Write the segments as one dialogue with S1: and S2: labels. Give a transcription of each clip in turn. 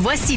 S1: Voici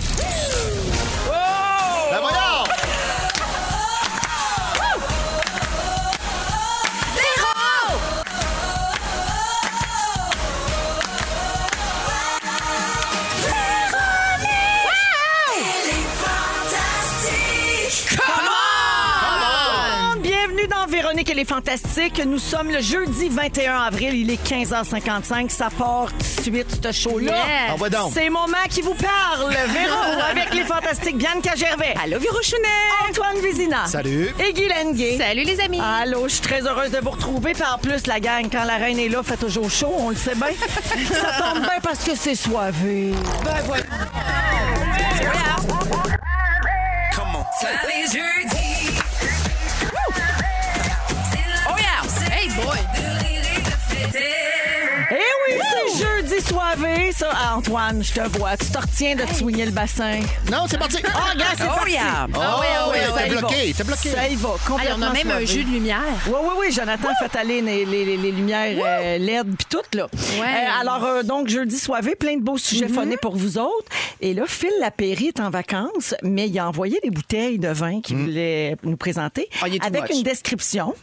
S2: Ben voyons!
S3: Bienvenue dans Véronique et les Fantastiques. Nous sommes le jeudi 21 avril, il est 15h55. Ça part tout de suite, ce show-là.
S1: Yeah.
S2: Envoie Ah, donc.
S3: C'est Maman qui vous parle. Véro avec les Fantastiques. Bianca Gervais. Allô, Virouchounet. Antoine Vézina.
S2: Salut.
S3: Et Guy Lenguet.
S4: Salut les amis.
S3: Allô, je suis très heureuse de vous retrouver. Puis en plus, la gang, quand la reine est là, fait toujours chaud, on le sait bien. Ça tombe bien parce que c'est soivé.
S4: Oh yeah. Hey boy.
S3: Eh oui, c'est jeudi soivé. Ça, Ah, Antoine, je te vois. Tu te retiens de te soigner le bassin.
S2: Non, c'est parti.
S3: Ah, regarde, c'est
S4: Oh
S3: parti.
S2: Ah
S4: yeah. ouais, ah ouais,
S2: ouais,
S4: ouais,
S2: t'es
S4: ça y
S2: bloqué, t'es bloqué.
S3: Ça y va,
S4: Hey,
S3: complètement.
S4: on a même un jeu de lumière.
S3: Oui, oui, oui, Jonathan fait aller les, les- les- les lumières euh, LED puis tout, là. Euh, alors, euh, donc, jeudi soivé, plein de beaux sujets
S4: Mm-hmm.
S3: phonés pour vous autres. Et là, Phil Lapéry est en vacances, mais il a envoyé des bouteilles de vin qu'il
S2: Mm.
S3: voulait nous présenter
S4: Ah, il est too
S3: avec
S4: much. Mm-hmm.
S3: une description.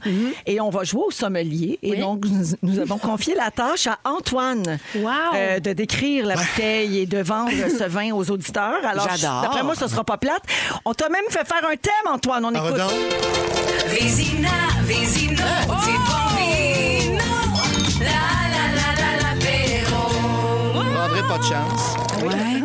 S3: Et on va jouer au sommelier. Et
S4: Oui.
S3: donc, nous, nous avons confié la tâche à Antoine
S4: Wow.
S3: euh, de décrire la bouteille et de vendre ce vin aux auditeurs. Alors, je-
S4: J'adore.
S3: d'après moi, ce sera pas plate. On t'a même fait faire un thème, Antoine. On
S2: Ah,
S3: écoute.
S2: donc.
S5: Vésina, Vésina, c'est bon vino. La la la la
S3: Ah!
S5: l'apéro.
S2: Prendrez pas de chance.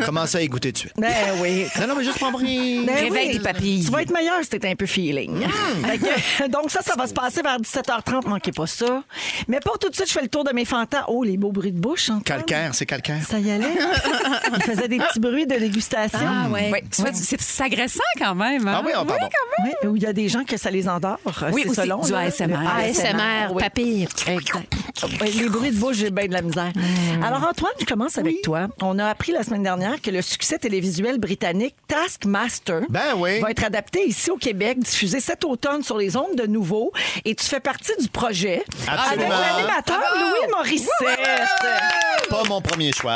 S2: Commencez à écouter de suite.
S3: Ben oui,
S2: Non, non, mais juste prendre rien.
S3: Ben
S4: Réveille
S3: oui.
S4: des papilles. Hmm.
S3: Tu vas être meilleur si t'es un peu feeling. Fait que, donc ça, ça va se passer vers 17h30. Manquez pas ça. Mais pas tout de suite, je fais le tour de mes fantas. Oh, les beaux bruits de bouche. Antoine.
S2: Calcaire, c'est calcaire.
S3: Ça y allait. Il faisait des petits bruits de dégustation.
S4: Ah ouais.
S6: Ouais, c'est pas- c'est c'est agressant quand même. hein?
S2: Ah oui, ah, pardon.
S3: Oui, où il y a des gens que ça les endort.
S6: Oui,
S3: c'est
S6: aussi
S3: selon,
S6: du
S3: là, Ah, le
S6: ASMR.
S4: ASMR,
S3: oui.
S4: papille. Exact.
S3: Ouais, Les bruits de bouche, j'ai bien de la misère.
S2: Mmh.
S3: Alors, Antoine, je commence avec toi. On a appris la semaine dernière que le succès télévisuel britannique Taskmaster
S2: Ben oui.
S3: va être adapté ici au Québec, diffusé cet automne sur les ondes de nouveau. Et tu fais partie du projet
S2: Absolument.
S3: avec l'animateur Louis Morissette.
S2: Pas mon premier choix.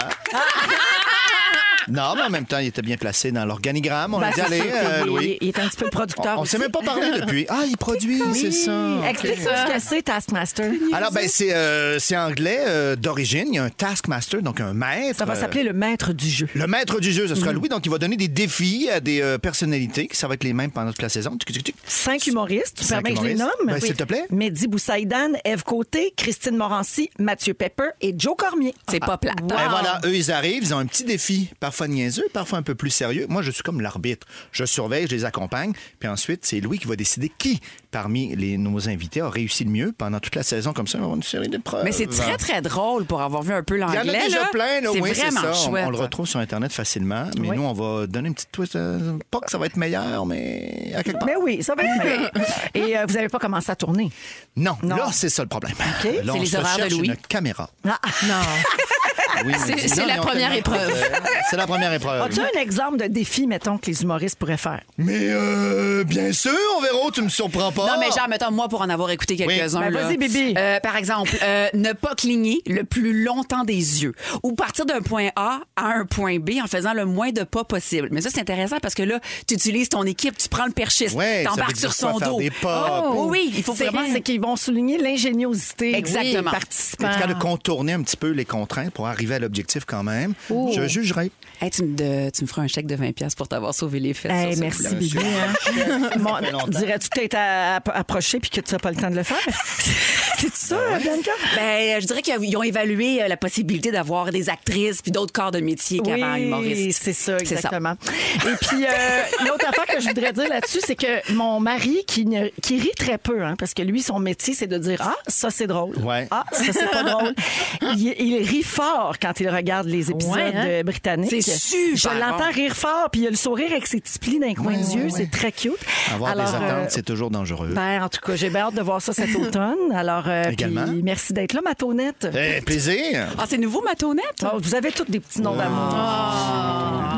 S2: Non, mais en même temps, il était bien placé dans l'organigramme. On
S3: Ben,
S2: l'a dit,
S3: c'est
S2: allez,
S3: sûr
S2: euh,
S3: qu'il-
S2: Louis.
S3: Il est un petit peu le producteur.
S2: On s'est même pas parlé depuis. Ah, il produit, c'est ça.
S3: Explique-nous ce que c'est Taskmaster.
S2: Alors, ben, c'est euh, c'est anglais euh, d'origine. Il y a un taskmaster, donc un maître.
S3: Ça va
S2: euh,
S3: s'appeler le maître du jeu.
S2: Le maître du jeu, ce
S6: Mm.
S2: sera Louis. Donc, il va donner des défis à des euh, personnalités qui ça va être les mêmes pendant toute la saison. Tic, tic, tic.
S3: Cinq humoristes, tu
S2: Cinq
S3: permets que je les
S2: humoristes.
S3: nomme?
S2: Ben, s'il te plaît.
S3: Mehdi Boussaïdan, Eve Côté, Christine Morancy, Mathieu Pepper et Joe Cormier. Ah,
S6: C'est pas plate.
S2: Ben voilà, eux, ils arrivent, ils ont un petit défi, parfois niaiseux, parfois un peu plus sérieux. Moi, je suis comme l'arbitre. Je surveille, je les accompagne. Puis ensuite, c'est Louis qui va décider qui, parmi les, nos invités, a réussi le mieux pendant toute la saison. Comme ça, on va avoir une série d'épreuves.
S6: Mais c'est très, très drôle pour avoir vu un peu
S2: Il y
S6: l'anglais.
S2: en a déjà
S6: là.
S2: plein, là,
S6: C'est
S2: oui, c'est
S6: vraiment
S2: ça. On-
S6: chouette.
S2: On, le retrouve sur Internet facilement. Mais nous, on va donner une petite twist. euh, Pas que ça va être meilleur, mais à quelque part.
S3: Mais ben oui, ça va être meilleur. Et euh, vous n'avez pas commencé à tourner.
S2: Non,
S3: Non.
S2: là, c'est ça le problème. Là, on
S6: C'est les
S2: se
S6: horaires de
S2: cherche
S6: Louis.
S2: une caméra.
S3: Ah.
S2: Oui, mais
S6: C'est-
S2: dis,
S6: c'est
S2: non,
S6: la
S2: mais on
S6: première
S2: te demande-
S6: épreuve.
S2: Euh, C'est la première épreuve.
S3: As-tu un exemple de défi, mettons, que les humoristes pourraient faire?
S2: Mais euh, bien sûr, on verra, tu me surprends pas.
S6: Non, mais genre, mettons, moi, pour en avoir écouté quelques-uns.
S3: Ben,
S6: là.
S3: vas-y, Bibi.
S6: Euh, par exemple, euh, ne pas cligner le plus longtemps des yeux ou partir d'un point A à un point B en faisant le moins de pas possible. Mais ça, c'est intéressant parce que là, tu utilises ton équipe, tu prends le perchiste,
S2: Ouais, ça veut
S6: t'embarques
S2: dire
S6: sur son
S2: quoi, faire
S6: dos.
S2: des pas,
S6: Oh,
S2: puis-
S6: oui, il faut
S3: C'est
S6: vraiment.
S3: c'est qu'ils vont souligner l'ingéniosité
S6: Exactement.
S3: des
S2: En
S3: participants.
S2: tout cas, de contourner un petit peu les contraintes pour arriver à l'objectif quand même. Je jugerai.
S6: Hey, tu, me de- tu me feras un chèque de 20$ pour t'avoir sauvé les fesses.
S3: Hey,
S6: sur ce
S3: merci,
S6: coup-là.
S3: Bibi. hein. Bon, Dirais-tu que tu approché puis que tu n'as pas le temps de le faire? C'est ça, Bianca?
S6: Ben, je dirais qu'ils ont évalué euh, la possibilité d'avoir des actrices puis d'autres corps de métier qu'avant
S3: Oui,
S6: humoristes.
S3: c'est ça,
S6: C'est ça.
S3: exactement. Et puis, euh, l'autre affaire que je voudrais dire là-dessus, c'est que mon mari, qui, ne- qui rit très peu, hein, parce que lui, son métier, c'est de dire Ah, ça, c'est drôle.
S2: Ouais.
S3: Ah, ça, c'est pas drôle. Il, il rit fort quand il regarde les épisodes
S6: Ouais, hein?
S3: euh, britanniques.
S6: C'est super
S3: Je l'entends rire fort, puis il a le sourire avec ses petits plis d'un coin
S2: Ouais,
S3: des yeux.
S2: ouais, ouais.
S3: C'est très cute.
S2: Avoir des
S3: Alors,
S2: attentes,
S3: euh,
S2: c'est toujours dangereux.
S3: ben, en tout cas, j'ai bien hâte de voir ça cet automne. Alors, euh,
S2: Également.
S3: puis merci d'être là, ma tonnette.
S2: Eh, plaisir.
S6: Ah, c'est nouveau, ma tournette?
S4: Ah.
S3: Oh, vous avez tous des petits noms d'amour.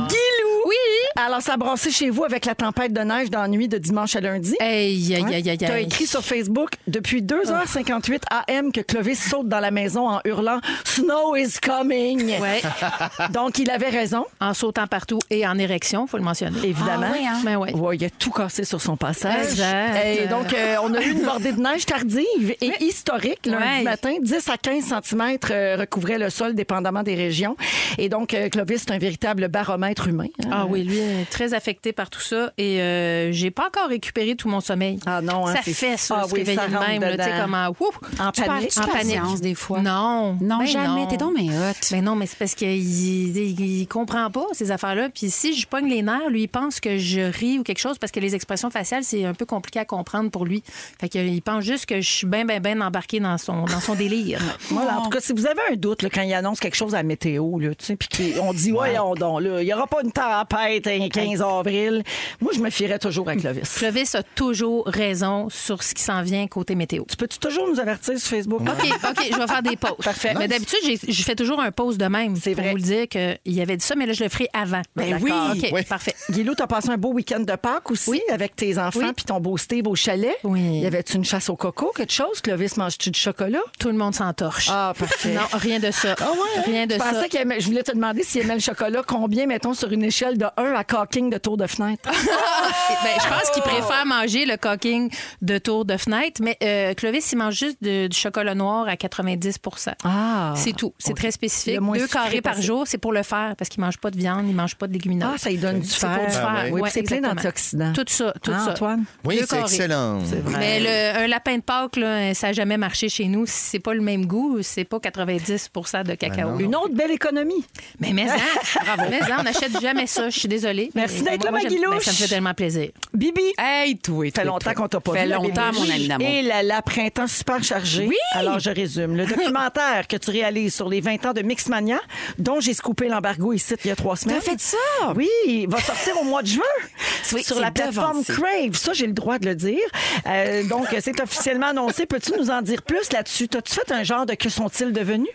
S3: Guilou! Oui! Alors, ça a brassé chez vous avec la tempête de neige dans la nuit de dimanche à lundi.
S4: Aïe, aïe, aïe, aïe,
S3: Tu as
S4: aïe.
S3: écrit sur Facebook depuis 2h58 AM que Clovis saute dans la maison en hurlant Snow is coming.
S4: Ouais.
S3: Donc, il avait raison,
S4: En sautant partout et en érection, faut le mentionner.
S3: évidemment.
S6: Ah ouais, hein?
S4: Ben ouais.
S3: Ouais, il a tout cassé sur son passage.
S4: Exact.
S3: Et donc, euh, on a eu une bordée de neige tardive et historique lundi
S4: Ouais.
S3: matin. 10 à 15 cm recouvrait le sol, dépendamment des régions. Et donc, euh, Clovis, c'est un véritable baromètre humain. hein.
S4: Ah oui, lui, est très affecté par tout ça et euh, j'ai pas encore récupéré tout mon sommeil.
S3: Ah non, hein,
S4: ça
S3: c'est-
S4: fait ça,
S3: Ah
S4: se
S3: oui,
S4: réveiller
S3: ça
S4: de même,
S3: rentre
S4: là, tu sais
S3: dedans.
S4: comment ouf,
S3: En
S4: tu
S3: panique.
S4: perds- en
S6: patience,
S4: panique
S6: des fois?
S4: Non,
S6: Non,
S4: Ben
S6: jamais. T'es donc bien hot.
S4: Ben non, mais c'est parce qu'il il, il comprend pas ces affaires-là. Puis si je pogne les nerfs, lui, il pense que je ris ou quelque chose parce que les expressions faciales, c'est un peu compliqué à comprendre pour lui. Fait qu'il pense juste que je suis bien, bien, bien embarquée dans son, dans son délire.
S3: Voilà. En tout cas, si vous avez un doute là, quand il annonce quelque chose à la météo, là, tu sais, puis qu'on dit, ouais, on donc, là, il n'y aura pas une tempête un 15 avril, moi, je me fierais toujours à Clovis.
S4: Clovis a toujours raison sur ce qui s'en vient côté météo.
S3: Tu peux-tu toujours nous avertir sur Facebook?
S4: OK, OK, je vais faire des pauses.
S3: Ah. Parfait.
S4: Mais d'habitude, j'ai- je fais toujours un pause de même
S3: C'est
S4: pour
S3: vrai.
S4: vous le dire qu'il y avait dit ça, mais là, je le ferai avant.
S3: Ben
S4: D'accord.
S3: oui.
S4: OK,
S2: Oui.
S4: parfait.
S3: Ben, Guilou, t'as passé un beau week-end de Pâques aussi avec tes enfants
S4: Oui.
S3: puis ton beau Steve au chalet.
S4: Oui.
S3: Y avait-tu une chasse au coco, quelque chose? Clovis, manges-tu du chocolat?
S4: Tout le monde s'entorche.
S3: Ah, parfait.
S4: Non, rien de ça. Rien de
S3: Ah hein? je
S4: ça.
S3: pensais qu'il aimait- je voulais te demander s'il aimait le chocolat, combien, mettons, sur une échelle de 1 à caulking de tour de fenêtre.
S4: Ben, je pense
S3: Oh!
S4: qu'il préfère manger le cocking de tour de fenêtre, mais euh, Clovis, il mange juste de- du chocolat noir à 90
S3: Ah.
S4: C'est tout. C'est
S3: OK.
S4: très
S3: Le
S4: spécifique.
S3: moins
S4: Deux
S3: sucré
S4: carrés par
S3: possible.
S4: jour, c'est pour le faire, parce qu'il mange pas de viande, il mange pas de légumineuses.
S3: Ah, ça lui donne du
S4: C'est pour
S3: fer.
S4: du
S2: Ah
S4: fer,
S2: oui.
S3: Oui,
S4: ouais,
S3: puis c'est plein
S4: exactement.
S3: d'antioxydants.
S4: Tout ça, tout
S3: Hein,
S4: ça.
S3: Antoine?
S2: Oui,
S4: Deux
S2: c'est
S4: carrés.
S2: excellent.
S4: Mais le- un lapin de Pâques, là, ça n'a jamais marché chez nous. C'est pas le même goût, c'est pas 90 de cacao.
S3: Une autre belle économie.
S4: Mais mais en, bravo. Mais en, on n'achète jamais ça, je suis désolée.
S3: Merci
S4: Mais
S3: d'être là,
S4: moi, j'aime-
S3: Maggie
S4: ben, Ça me fait
S3: Louche.
S4: tellement plaisir.
S3: Bibi,
S6: Hey, toi,
S3: Ça fait longtemps qu'on t'a pas
S6: fait
S3: vu. la
S6: longtemps,
S3: bébé.
S6: mon ami d'amour.
S3: Et là, là, printemps super chargé.
S6: Oui!
S3: Alors, je résume. Le documentaire que tu réalises sur les 20 ans de Mixmania, dont j'ai scoopé l'embargo ici il y a trois semaines.
S6: T'as fait ça?
S3: Oui, il va sortir au mois de juin
S6: Oui,
S3: sur
S6: c'est
S3: la plateforme
S6: devancé.
S3: Crave. Ça, j'ai le droit de le dire. Euh, donc, c'est officiellement annoncé. Peux-tu nous en dire plus là-dessus? T'as-tu fait un genre de que sont-ils devenus?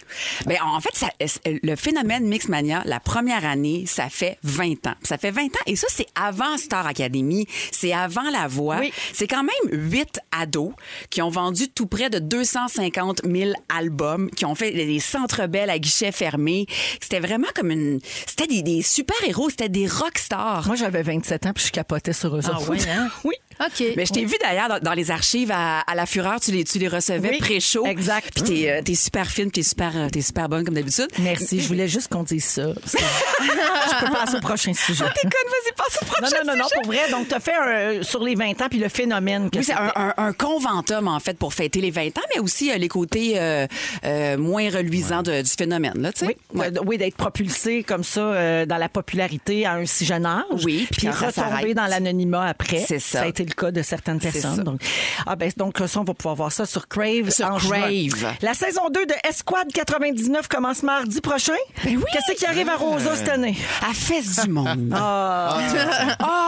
S6: Ben, en fait, ça- le phénomène Mixmania, la première année, ça fait 20 ans. Ça fait 20 ans. Et ça, c'est avant Star Academy, c'est avant La Voix.
S3: Oui.
S6: C'est quand même 8 ados qui ont vendu tout près de 250 000 albums, qui ont fait des centres belles à guichets fermés. C'était vraiment comme une... C'était des, des super-héros, c'était des rockstars.
S3: Moi, j'avais 27 ans puis je capotais sur eux
S4: Ah
S3: autres.
S4: ouais, hein?
S3: Oui.
S4: OK.
S6: Mais je t'ai vu d'ailleurs dans, dans les archives à, à la Fureur, tu les, tu les recevais
S3: Oui,
S6: pré-show.
S3: exact. Mm.
S6: Puis t'es, euh, t'es super fine, puis t'es super, euh, t'es super bonne comme d'habitude.
S3: Merci, je voulais juste qu'on dise ça. je peux passer au prochain sujet.
S6: Ah, T'es conne, vas-y, passe au
S3: Non,
S6: prochain
S3: non, non, non, pour vrai. Donc, tu as fait un- euh, sur les 20 ans, puis le phénomène. que
S6: Oui, c'est un, un, un conventum, en fait, pour fêter les 20 ans, mais aussi euh, les côtés euh, euh, moins reluisants de- du phénomène, là, tu sais.
S3: Oui,
S6: Ouais.
S3: de- oui d'être propulsé comme ça euh, dans la popularité à un si jeune âge.
S6: Oui,
S3: puis
S6: puis quand ça
S3: retomber
S6: s'arrête.
S3: dans l'anonymat après.
S6: C'est ça.
S3: a été le cas de certaines
S6: C'est ça.
S3: personnes. Donc, ah ben, donc, ça, on va pouvoir voir ça sur Crave.
S6: Sur
S3: en juin.
S6: Crave.
S3: La saison 2 de Esquad 99 commence mardi prochain.
S6: Ben oui. Ah.
S3: Qu'est-ce qui arrive à Rosa cette année?
S6: À fesse du monde. Ah,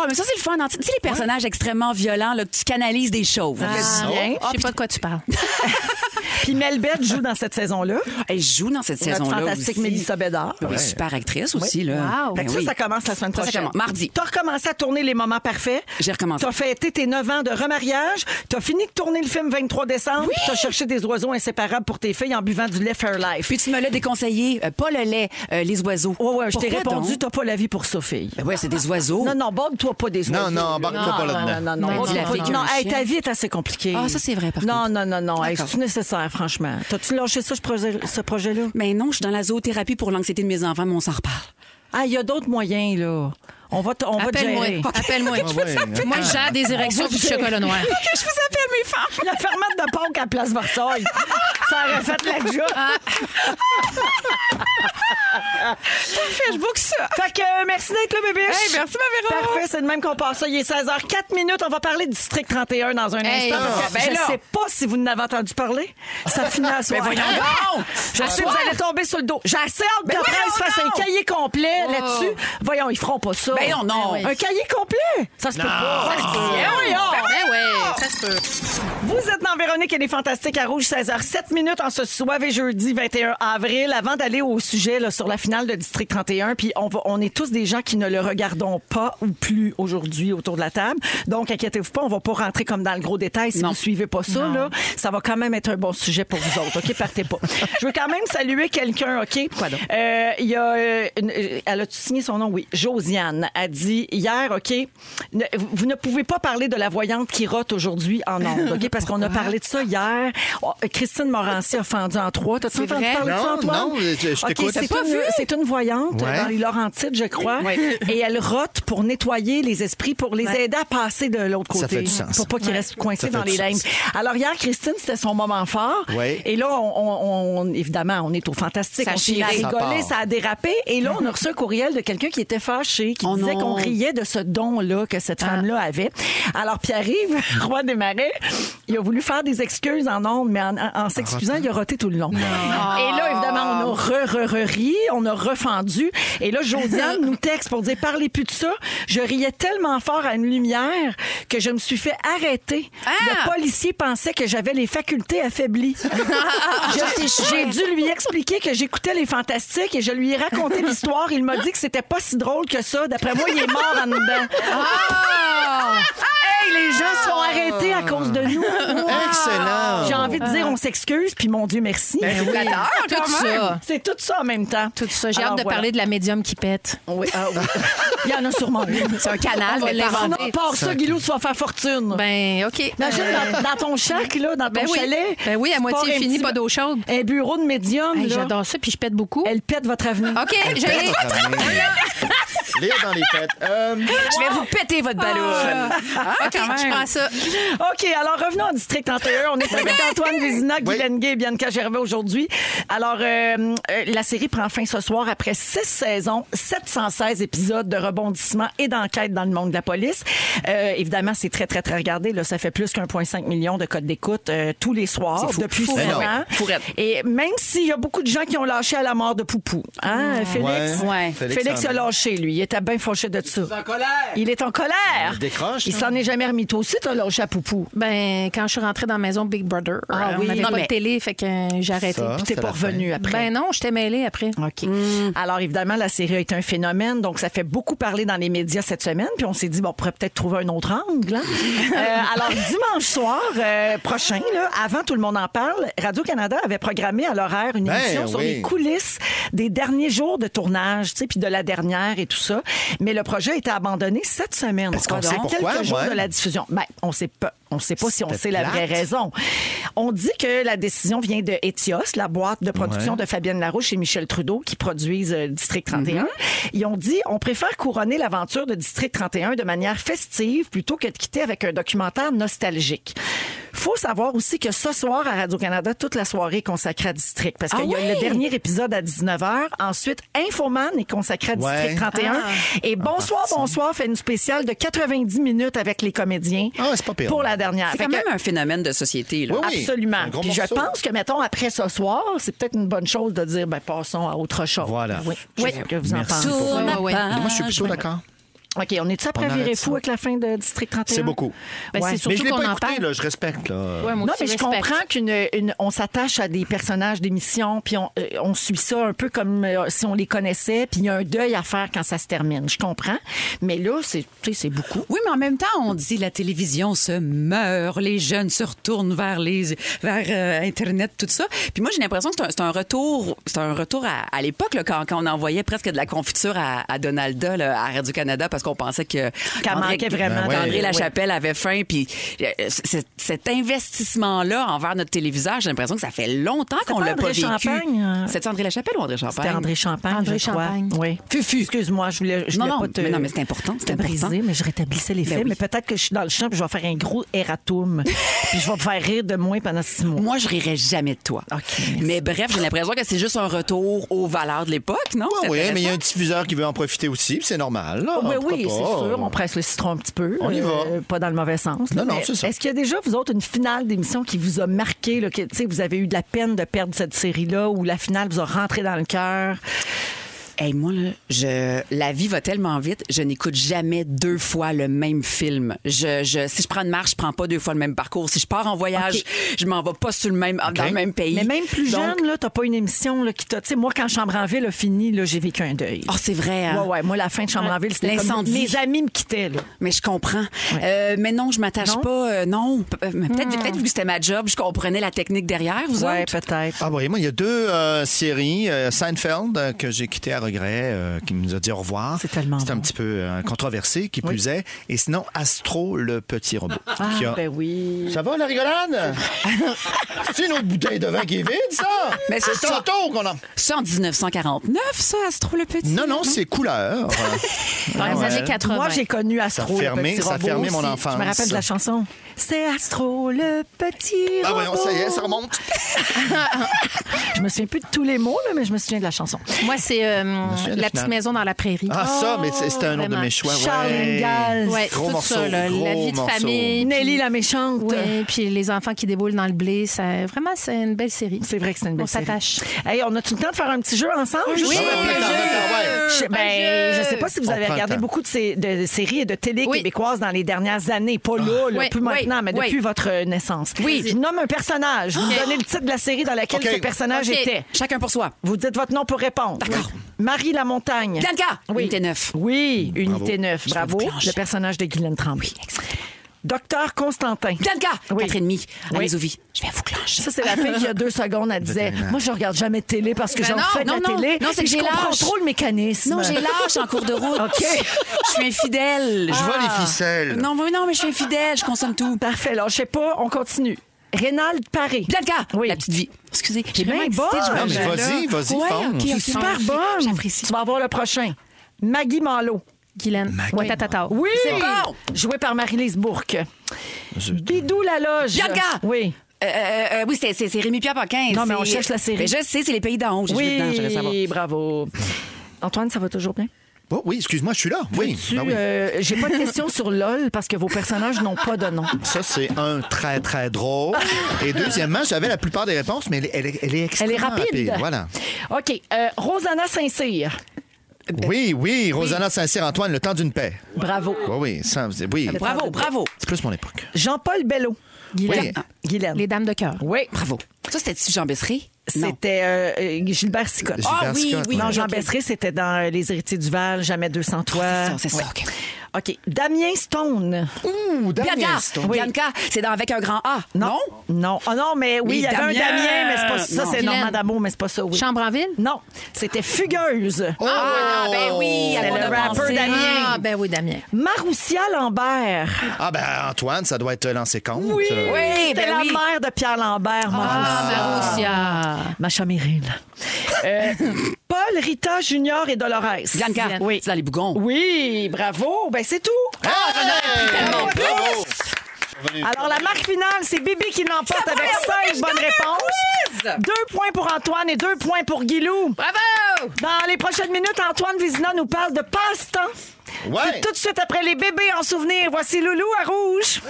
S6: mais ça, c'est le fun. hein. Tu sais, les personnages extrêmement violents, là, que tu canalises des choses.
S4: Ah,
S3: bien.
S4: Je sais pas de quoi tu parles.
S3: Puis Melbeth joue dans cette saison-là.
S6: Elle joue dans cette
S3: Notre
S6: saison-là.
S3: fantastique
S6: aussi.
S3: Mélissa Bédard.
S6: Oui, Super actrice aussi, là.
S4: Wow.
S3: Fait que
S6: Ben
S3: ça,
S6: oui.
S3: ça commence la semaine
S6: Ça, ça
S3: prochaine.
S6: commence mardi.
S3: T'as recommencé à tourner les moments parfaits.
S6: J'ai recommencé.
S3: T'as fêté tes 9 ans de remariage. T'as fini de tourner le film 23 décembre. T'as cherché des oiseaux inséparables pour tes filles en buvant du lait Fairlife.
S6: Puis tu me l'as déconseillé, euh, pas le lait, euh, les oiseaux.
S3: Ouais, ouais, je t'ai
S6: Pourquoi
S3: répondu,
S6: donc? Ben
S3: t'as pas la vie pour ça, fille.
S6: Ouais, c'est des oiseaux.
S3: Non, non, borde-toi pas des
S2: Non,
S3: oiseaux.
S2: non, embarque-toi
S4: Non,
S2: pas
S4: non,
S3: Non,
S2: là-dedans.
S3: non,
S4: Non,
S3: non.
S4: dis
S3: borde-toi
S4: la
S3: pas.
S4: figure
S6: du
S3: Ben, Non, hey,
S6: chien.
S3: ta vie est assez compliquée.
S6: Ah, ça, c'est vrai, par
S3: Non,
S6: contre.
S3: non, non, non. Hey,
S6: D'accord.
S3: C'est-tu nécessaire, franchement? T'as-tu lâché ça, ce projet- ce projet-là?
S6: Mais non, je suis dans la zoothérapie pour l'anxiété de mes enfants, mais on s'en reparle.
S3: ah, il y a d'autres moyens, là. On va, t- on va te gérer.
S4: Appelle-moi. Appelle-moi.
S2: Ah ouais.
S4: Moi, j'ai des érections du chocolat noir.
S6: je vous appelle mes femmes.
S3: La fermette de Pâques à Place Versailles. Ça aurait fait la job.
S6: Je boucle ça.
S3: Fait que euh, merci d'être là, bébé.
S6: Hey, merci, ma Véro.
S3: Parfait, c'est de même qu'on passe ça. Il est 16h04 minutes. On va parler du district 31 dans un
S4: Hey,
S3: instant. parce que
S6: ah, ben
S3: je
S6: là.
S3: sais pas si vous n'avez entendu parler. Ça finit à soir. Ah.
S6: voyons donc.
S3: Je sais que vous allez tomber sur le dos. J'ai assez hâte que la presse
S6: voyons
S3: fasse un
S6: donc.
S3: cahier complet là-dessus. Voyons, ils feront pas ça.
S6: Ben non, non.
S3: Un cahier complet? Ça se peut pas. Ça se peut. Ben voyons.
S4: Ben ouais, ça se peut.
S3: Vous êtes dans Véronique et les Fantastiques à Rouge, 16h07 minutes en ce soir et jeudi 21 avril. Avant d'aller au sujet là, sur la finale finale de District 31, puis on, va- on est tous des gens qui ne le regardons pas ou plus aujourd'hui autour de la table. Donc, inquiétez-vous pas, on va pas rentrer comme dans le gros détail si
S6: Non.
S3: vous suivez pas ça. Là, ça va quand même être un bon sujet pour vous autres. OK, partez pas. Je veux quand même saluer quelqu'un, OK?
S6: Quoi donc?
S3: Euh, Il y a, euh, une- euh, elle a signé son nom, oui. Josiane a dit hier, OK, ne- vous- vous ne pouvez pas parler de la voyante qui rote aujourd'hui en ondes, OK? Parce qu'on a parlé de ça hier. Oh, Christine Morancy a fendu en trois. T'as-tu
S4: C'est
S3: entendu
S4: vrai?
S3: parler de ça,
S2: Non,
S3: Antoine?
S2: non, je- je
S3: OK,
S2: t'écoute.
S3: c'est
S2: T'as pas
S3: une-
S2: vu?
S3: C'est une voyante
S2: Ouais.
S3: dans les Laurentides, je crois.
S6: Ouais.
S3: Et elle rote pour nettoyer les esprits, pour les aider à passer de l'autre côté.
S2: Ça fait du sens.
S3: Pour pas qu'ils restent coincés
S2: Ça fait
S3: dans
S2: du
S3: les
S2: sens.
S3: limbes. Alors hier, Christine, c'était son moment fort.
S2: Ouais.
S3: Et là, on, on- on- évidemment, on est au fantastique.
S6: Ça
S3: on s'est
S6: chirait.
S3: rigolé,
S2: Ça part.
S3: ça a dérapé. Et là, on a reçu un courriel de quelqu'un qui était fâché, qui
S6: Oh
S3: disait
S6: non.
S3: qu'on riait de ce don-là que cette femme-là avait. Alors, Pierre-Yves, roi des marais, il a voulu faire des excuses en ondes, mais en, en- en s'excusant, il a roté tout le long. Et là, évidemment, on a re, re, re ri, on a refendu. Et là, Josiane nous texte pour dire parlez plus de ça. Je riais tellement fort à une lumière que je me suis fait arrêter.
S4: Ah!
S3: Le policier pensait que j'avais les facultés affaiblies. Je- J'ai dû lui expliquer que j'écoutais les fantastiques et je lui ai raconté l'histoire. Il m'a dit que c'était pas si drôle que ça. D'après moi, il est mort en dedans.
S4: Ah!
S3: Hey, les gens se sont arrêtés à cause de nous.
S4: Oh!
S2: Excellent.
S3: J'ai envie de dire on s'excuse, puis mon Dieu, merci.
S4: Flatteur, Ben tout ça.
S3: C'est tout ça en même temps.
S4: Tout ça. J'ai
S3: Alors,
S4: hâte de
S3: voilà.
S4: parler de la médium qui pète.
S3: Oui, ah oui. Il y en a sûrement une.
S4: C'est un canal,
S3: On va
S4: Ah, je vais
S3: l'inventer.
S4: l'inventer.
S3: Sinon, par ça, Guilou, tu vas faire fortune.
S4: Ben, OK.
S3: Imagine dans, dans ton shack, là, dans ton
S4: Ben oui.
S3: chalet.
S4: Ben oui, à
S3: tu
S4: moitié
S3: pars un
S4: fini,
S3: petit-
S4: pas d'eau chaude.
S3: Un bureau de médium,
S4: Hey,
S3: là,
S4: J'adore ça, puis je pète beaucoup.
S3: elle pète votre avenir.
S4: OK, j'ai
S2: Lire dans les têtes. Euh,
S6: Je vais vous péter votre ballon.
S4: Ah.
S3: Ah,
S4: OK, je prends ça.
S3: OK, alors revenons au District 31. On est avec Antoine Vézina, Guy
S2: Oui.
S3: Lenguet et Bianca Gervais aujourd'hui. Alors, euh, euh, la série prend fin ce soir après six saisons, 716 épisodes de rebondissements et d'enquêtes dans le monde de la police. Euh, évidemment, c'est très, très, très regardé. Là, ça fait plus qu'1,5 million de codes d'écoute euh, tous les soirs
S6: fou.
S3: depuis
S6: Fourette.
S3: sept ans.
S6: Fourette.
S3: Et même s'il y a beaucoup de gens qui ont lâché à la mort de Poupou. Hein, Félix?
S2: Ouais.
S6: Hmm. Ouais.
S3: Félix, a
S2: en-
S3: lâché, lui. Il était bien fauché de ça. Il est en colère. Il est en colère.
S2: Il décroche, hein.
S3: Il
S2: là.
S3: s'en est jamais remis. Toi aussi, t'as lâché à Poupou.
S4: Ben, quand je suis rentrée dans la maison Big Brother, euh,
S3: Ah
S4: on
S3: oui.
S4: n'avait
S3: Non,
S4: pas
S6: mais-
S4: de télé, fait que euh, j'ai arrêté.
S2: Ça,
S3: Puis t'es
S2: Ah, c'est
S3: pas
S2: la fin.
S3: revenu après. Ah.
S4: Ben non, Mm. je t'ai mêlée après.
S3: OK. Alors, évidemment, la série a été un phénomène, donc ça fait beaucoup parler dans les médias cette semaine. Puis on s'est dit, bon, on pourrait peut-être trouver un autre angle. hein? Euh, alors, dimanche soir euh, prochain, là, avant Tout le monde en parle, Radio-Canada avait programmé à l'horaire une
S2: Ben
S3: émission sur
S2: oui.
S3: les coulisses des derniers jours de tournage, tu sais, puis de la dernière et tout ça. Mais le projet a été abandonné cette semaine.
S2: Est-ce qu'on
S3: À
S2: sait pourquoi,
S3: quelques jours
S2: ouais?
S3: de la diffusion. Ben, on sait pas. On sait pas si on
S2: C'était
S3: sait la
S2: plate.
S3: vraie raison. On dit que la décision vient de Etios, la boîte de production
S2: Ouais.
S3: de Fabienne Larouche et Michel Trudeau qui produisent euh, District 31.
S2: Mm-hmm.
S3: Ils ont dit on préfère couronner l'aventure de District 31 de manière festive plutôt que de quitter avec un documentaire nostalgique. Faut savoir aussi que ce soir à Radio-Canada, toute la soirée est consacrée à District.
S2: Ah
S3: Parce qu'il y a le dernier épisode à 19h. Ensuite, Infoman est consacré à District
S2: Ouais. Ah.
S3: 31. Et Bonsoir, Bonsoir fait une spéciale de 90 minutes avec les comédiens
S2: Ah, c'est pas pire.
S3: pour la dernière.
S6: C'est
S3: Fait
S6: quand
S3: que-
S6: même un phénomène de société. Là.
S2: Oui, oui.
S3: Absolument.
S2: Un gros
S3: Puis je
S2: morceau.
S3: pense que, mettons, après ce soir, c'est peut-être une bonne chose de dire, ben, passons à autre chose.
S2: Voilà.
S3: Oui. Je
S2: Oui.
S3: sais que vous en pensez.
S2: Merci.
S4: Ouais, ouais, ouais.
S6: Ah,
S2: Moi, je suis plutôt d'accord.
S3: OK, on est-tu après
S2: On arrête
S3: virer
S2: ça.
S3: fou avec la fin de District 31?
S2: C'est beaucoup.
S4: Ben,
S3: Ouais.
S4: c'est
S2: Mais
S4: surtout
S2: je l'ai
S4: qu'on
S2: pas
S4: en
S2: écouté,
S4: parle.
S2: là, je respecte. Là.
S4: Ouais, moi
S3: Non,
S4: aussi,
S3: mais je
S4: respecte.
S3: comprends qu'on on s'attache à des personnages d'émissions, puis on, euh, on suit ça un peu comme euh, si on les connaissait, puis il y a un deuil à faire quand ça se termine. Je comprends. Mais là, c'est tu sais, c'est beaucoup.
S6: Oui, mais en même temps, on dit la télévision se meurt, les jeunes se retournent vers les vers euh, internet, tout ça. Puis moi, j'ai l'impression que c'est un- c'est un, retour, c'est un retour à, à l'époque là, quand, quand on envoyait presque de la confiture à, à Donalda là, à Radio Canada parce qu'on pensait que
S3: Qu'elle
S6: André-
S3: manquait vraiment.
S2: Ben ouais.
S6: qu'André
S3: d'envie.
S6: Lachapelle avait faim. Puis euh, c- cet investissement-là envers notre téléviseur, j'ai l'impression que ça fait longtemps
S3: C'était
S6: qu'on
S3: pas
S6: l'a pas
S3: André
S6: vécu.
S3: Champagne, euh?
S6: C'est André Lachapelle ou André Champagne
S3: C'était André Champagne,
S4: André
S3: je crois.
S4: Champagne.
S3: Oui.
S6: Fufu.
S3: Excuse-moi, je voulais, je
S6: Non,
S3: voulais
S6: non,
S3: pas te...
S6: mais non, mais c'est important, c'est
S3: te
S6: important.
S3: briser, mais je rétablissais les faits.
S6: oui.
S3: Mais peut-être que je suis dans le champ puis je vais faire un gros erratum. puis je vais me faire rire de moi pendant six mois.
S6: Moi, je rirais jamais de toi.
S3: OK, merci.
S6: Mais bref, j'ai l'impression que c'est juste un retour aux valeurs de l'époque, non?
S2: Oui,
S6: C'est
S2: oui, mais il y a un
S6: intéressant.
S2: diffuseur qui veut en profiter aussi, puis c'est normal. Là.
S3: Ben
S2: Pourquoi
S3: oui,
S2: pas?
S3: c'est sûr. On presse le citron un petit peu. euh,
S2: On y va.
S3: pas dans le mauvais sens. là,
S2: Non, non,
S3: mais
S2: c'est ça.
S3: Est-ce qu'il y a déjà, vous autres, une finale d'émission qui vous a marqué? Là, que, tu sais, vous avez eu de la peine de perdre cette série-là ou la finale vous a rentré dans le cœur?
S6: Hey, moi, là, je, la vie va tellement vite, je n'écoute jamais deux fois le même film. Je, je- si je prends une marche, je prends pas deux fois le même parcours. Si je pars en voyage, je m'en vais pas sur le même, dans le même pays.
S3: Mais même plus
S6: Donc,
S3: jeune, là, t'as pas une émission là, qui t'a. Tu sais, moi, quand Chambre en Ville a fini, là, j'ai vécu un deuil.
S6: Ah, c'est vrai, hein?
S3: Ouais, ouais. Moi, la fin de Chambre en Ville, c'était. comme-
S6: L'incendie.
S3: Mes amis me quittaient, là.
S6: Mais je comprends. Euh, mais non, je m'attache
S3: Non?
S6: pas. euh, non, Pe- euh, mais peut-être peut-être vu que c'était ma job, je comprenais la technique derrière, vous
S3: Hmm. Ouais,
S6: autres.
S3: peut-être.
S2: Ah oui, moi, il y a deux euh, séries. euh, Seinfeld, euh, que j'ai quitté à regret, euh, qui nous a dit au revoir.
S3: C'est tellement
S2: C'était un
S3: bon.
S2: petit peu euh, controversé, qui plus est. Et sinon, Astro, le petit robot. qui a-
S3: ben oui.
S2: Ça va, la rigolade? C'est une autre bouteille de vin qui est vide, ça? Ah,
S6: Mais c'est ça.
S2: tantôt qu'on en...
S6: Ça, en 1949, ça, Astro le Petit.
S2: Non, non, c'est couleur.
S4: Dans
S2: Ah
S4: les années 80.
S3: Moi, j'ai connu Astro.
S2: Ça
S3: le
S2: fermait-
S3: petit
S2: ça
S3: robot
S2: fermait mon
S3: aussi.
S2: enfance.
S3: Je me rappelle de la chanson. C'est Astro, le petit
S2: Ah
S3: robot.
S2: voyons, ça y est, ça remonte.
S3: Je me souviens plus de tous les mots, là, mais je me souviens de la chanson.
S4: Moi, c'est euh,
S2: souviens de la
S4: La petite
S2: finale.
S4: maison dans la prairie.
S2: Ah, ça, mais c'est- c'était un autre de
S4: Oh, Vraiment.
S2: mes choix.
S3: Charles
S2: ouais.
S3: Ingalls.
S4: Ouais,
S2: Gros
S4: tout
S2: morceau,
S4: ça, là,
S2: gros
S4: la vie de
S2: morceau.
S4: famille.
S3: Nelly
S4: puis-
S3: la méchante.
S4: Ouais, puis les enfants qui déboulent dans le blé, ça, vraiment, c'est une belle série.
S3: C'est vrai que c'est une belle
S4: On s'attache.
S3: série. Hey, on a-tu le temps de faire un petit jeu ensemble?
S2: Oui,
S3: Juste-
S2: un jeu.
S3: Je sais- ben, je sais pas si vous
S2: On
S3: avez
S2: prend le
S3: regardé
S2: temps.
S3: beaucoup de, ces, de séries et de télé
S4: Oui.
S3: québécoises dans les dernières années. Pas là, là,
S4: Oui,
S3: plus
S4: oui,
S3: maintenant, mais
S4: oui.
S3: depuis votre naissance.
S4: Oui.
S3: Je nomme un personnage. Vous me donnez le titre de la série dans laquelle
S2: OK.
S3: ce personnage
S4: OK.
S3: était.
S6: Chacun pour soi.
S3: Vous dites votre nom pour répondre.
S6: D'accord.
S3: Marie Lamontagne.
S6: Bianca, unité neuf.
S3: Oui, Unité 9. Bravo.
S6: vous plancher.
S3: Le personnage de Guylaine Tremblay. Docteur Constantin.
S6: Bianca,
S3: Oui.
S6: quatre et demi.
S3: Oui.
S6: Allez, Zouvi, je vais vous clencher.
S3: Ça, c'est la fille qui, a deux secondes, elle disait Moi, je regarde jamais de télé parce que
S4: Ben
S3: j'en
S4: non,
S3: fais de
S4: non,
S3: la
S4: non.
S3: télé.
S6: Non, c'est
S3: Puis
S6: que
S3: je
S6: j'ai
S3: comprends
S6: lâche.
S3: trop le mécanisme.
S6: Non, j'ai lâche en cours de route.
S3: OK.
S6: Je suis infidèle.
S2: Je vois les ficelles.
S6: Ah. Non, mais non, mais je suis infidèle, je consomme tout.
S3: Parfait. Là, je sais pas, on continue. Rénald Paré.
S6: Bianca,
S3: Oui.
S6: la petite vie. Excusez, j'ai
S3: bien
S6: vraiment excité,
S3: bonne.
S6: je me-
S2: Non, mais
S6: je-
S2: vas-y, vas-y,
S6: Ouais,
S2: fonce.
S6: ok,
S3: C'est
S6: ok.
S3: super bonne. Tu vas avoir le prochain. Maggie Malo.
S4: Guylaine. Ouais, tatata.
S3: Oui.
S6: C'est bon.
S3: Jouée par Marie-Lise Bourque. Bidou la loge.
S6: Bianca!
S3: Oui.
S6: Euh, euh, euh, oui, c'est- c'est c'est Rémi Pierre Paquin.
S3: Non, mais on
S6: C'est-
S3: cherche la série.
S6: Mais je sais, c'est les pays d'en haut. J'ai joué dedans, je voulais savoir.
S3: Oui, bravo. Antoine, ça va toujours bien?
S2: Oh, oui, excuse-moi, je suis là. Oui.
S3: Tu,
S2: ben oui.
S3: euh, J'ai pas de questions sur LOL parce que vos personnages n'ont pas de nom.
S2: Ça, c'est un très, très drôle. Et deuxièmement, j'avais la plupart des réponses, mais elle, elle est- elle est
S3: Elle
S2: extrêmement
S3: est rapide.
S2: Voilà.
S3: OK. euh, Rosanna Saint-Cyr.
S2: Oui, oui, Rosanna Saint-Cyr-Antoine, le temps d'une paix.
S3: Bravo.
S2: Oui, oui, ça, c'est- oui.
S6: Bravo, bravo.
S2: C'est plus mon époque.
S3: Jean-Paul Bello.
S2: Oui.
S3: Guylaine.
S4: Les dames de cœur.
S3: Oui.
S6: Bravo. Ça, c'était-tu Jean Bessery? Non.
S3: C'était euh, euh, Gilbert Sicotte.
S2: Gilbert
S6: Ah oui,
S2: Scott,
S6: oui,
S2: ouais.
S3: Non, Jean Besseré, c'était dans euh, Les Héritiers du Val, Jamais 200 toi.
S6: Ah, c'est ça, c'est ça,
S3: OK. Damien Stone.
S2: Ouh, Damien
S6: Bianca,
S2: Stone.
S3: Oui.
S6: Bianca, c'est dans avec un grand A. Non?
S3: Non. Ah non, mais oui,
S6: Mais
S3: il y avait
S6: Damien!
S3: un Damien, mais c'est pas ça.
S6: Non.
S3: C'est
S4: Guylaine.
S3: Normand D'Amour, mais c'est pas ça, oui.
S4: Chambre en ville?
S3: Non, c'était Fugueuse.
S2: Oh.
S6: Ah, ben oui,
S3: C'est
S6: on a
S3: le rappeur
S6: pensé.
S3: Damien.
S4: Ah, ben oui, Damien.
S3: Maroussia Lambert.
S2: Ah, ben Antoine, ça doit être lancé compte. Euh,
S6: Oui,
S3: C'était
S6: ben
S3: la
S6: oui.
S3: mère de Pierre Lambert, Maroussia.
S4: Ah, Maroussia.
S3: Macha Meryl. Euh, Paul, Rita, Junior et Dolores.
S6: Bianca,
S3: Oui.
S6: c'est dans les bougons.
S3: Oui, bravo. Ben, c'est tout.
S2: Hey!
S6: tellement plus.
S2: Bravo!
S3: Alors, la marque finale, c'est Bibi qui l'emporte avec cinq bonnes réponses. Deux points pour Antoine et deux points pour Guilou.
S4: Bravo!
S3: Dans les prochaines minutes, Antoine Vézina nous parle de passe-temps.
S2: Ouais.
S3: C'est tout de suite après les bébés en souvenir. Voici Loulou à rouge.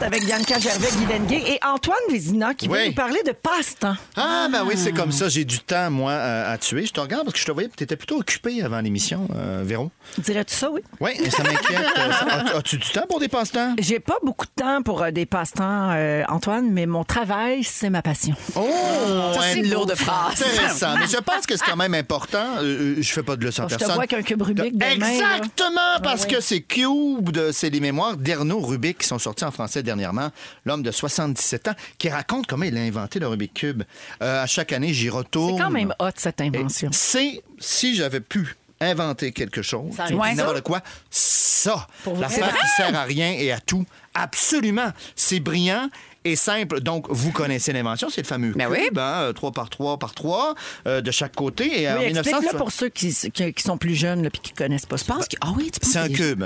S3: Avec Bianca Gervais, Guy Lenguet et Antoine Vézina qui
S2: Oui.
S3: veut nous parler de passe-temps.
S2: Ah, ben oui, c'est comme ça. J'ai du temps, moi, euh, à tuer. Je te regarde parce que je te voyais, tu étais plutôt occupé avant l'émission, euh, Véro.
S3: Dirais-tu ça, oui?
S2: Oui, ça m'inquiète. Euh, as- As-tu du temps pour des passe-temps?
S3: J'ai pas beaucoup de temps pour euh, des passe-temps, euh, Antoine, mais mon travail, c'est ma passion.
S2: Oh,
S6: c'est une lourde phrase.
S2: Intéressant. Mais je pense que c'est quand même important. Euh, euh, je fais pas de leçon à
S3: Je te
S2: personne.
S3: vois qu'un cube Rubik demain, là. Ah
S2: Exactement, parce que c'est Cube, de- c'est les mémoires d'Ernaud Rubik qui sont sortis en français dernièrement. L'homme de 77 ans qui raconte comment il a inventé le Rubik Cube. Euh, à chaque année, j'y retourne.
S3: C'est quand même hot, cette
S2: Et
S3: invention.
S2: C'est si j'avais pu inventer quelque chose,
S6: Ça
S2: tu
S6: arrive.
S2: dis n'importe quoi, ça, l'affaire qui sert à rien et à tout, absolument, c'est brillant et simple. Donc, vous connaissez l'invention, c'est le fameux
S6: Ben oui.
S2: cube, hein, euh, 3 par 3 par 3, euh, de chaque côté. Et en
S3: Oui, explique-le
S2: 1960,
S3: pour ceux qui, qui- qui sont plus jeunes et qui connaissent pas. Je
S6: Je pense que. Ah oui, tu penses
S2: C'est un
S6: que-
S2: cube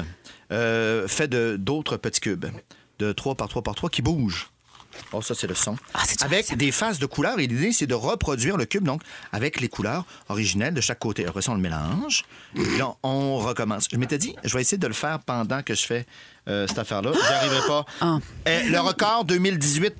S2: euh, fait de d'autres petits cubes, de 3 par 3 par 3 qui bougent. Oh, ça, c'est le son.
S6: Ah, c'est du
S2: avec
S6: son.
S2: des faces de couleurs. Et l'idée, c'est de reproduire le cube, donc, avec les couleurs originelles de chaque côté. Après ça, on le mélange. Et là, on recommence. Je m'étais dit, je vais essayer de le faire pendant que je fais euh, cette affaire-là. J'arriverai pas.
S6: Ah.
S2: Eh, le record 2018,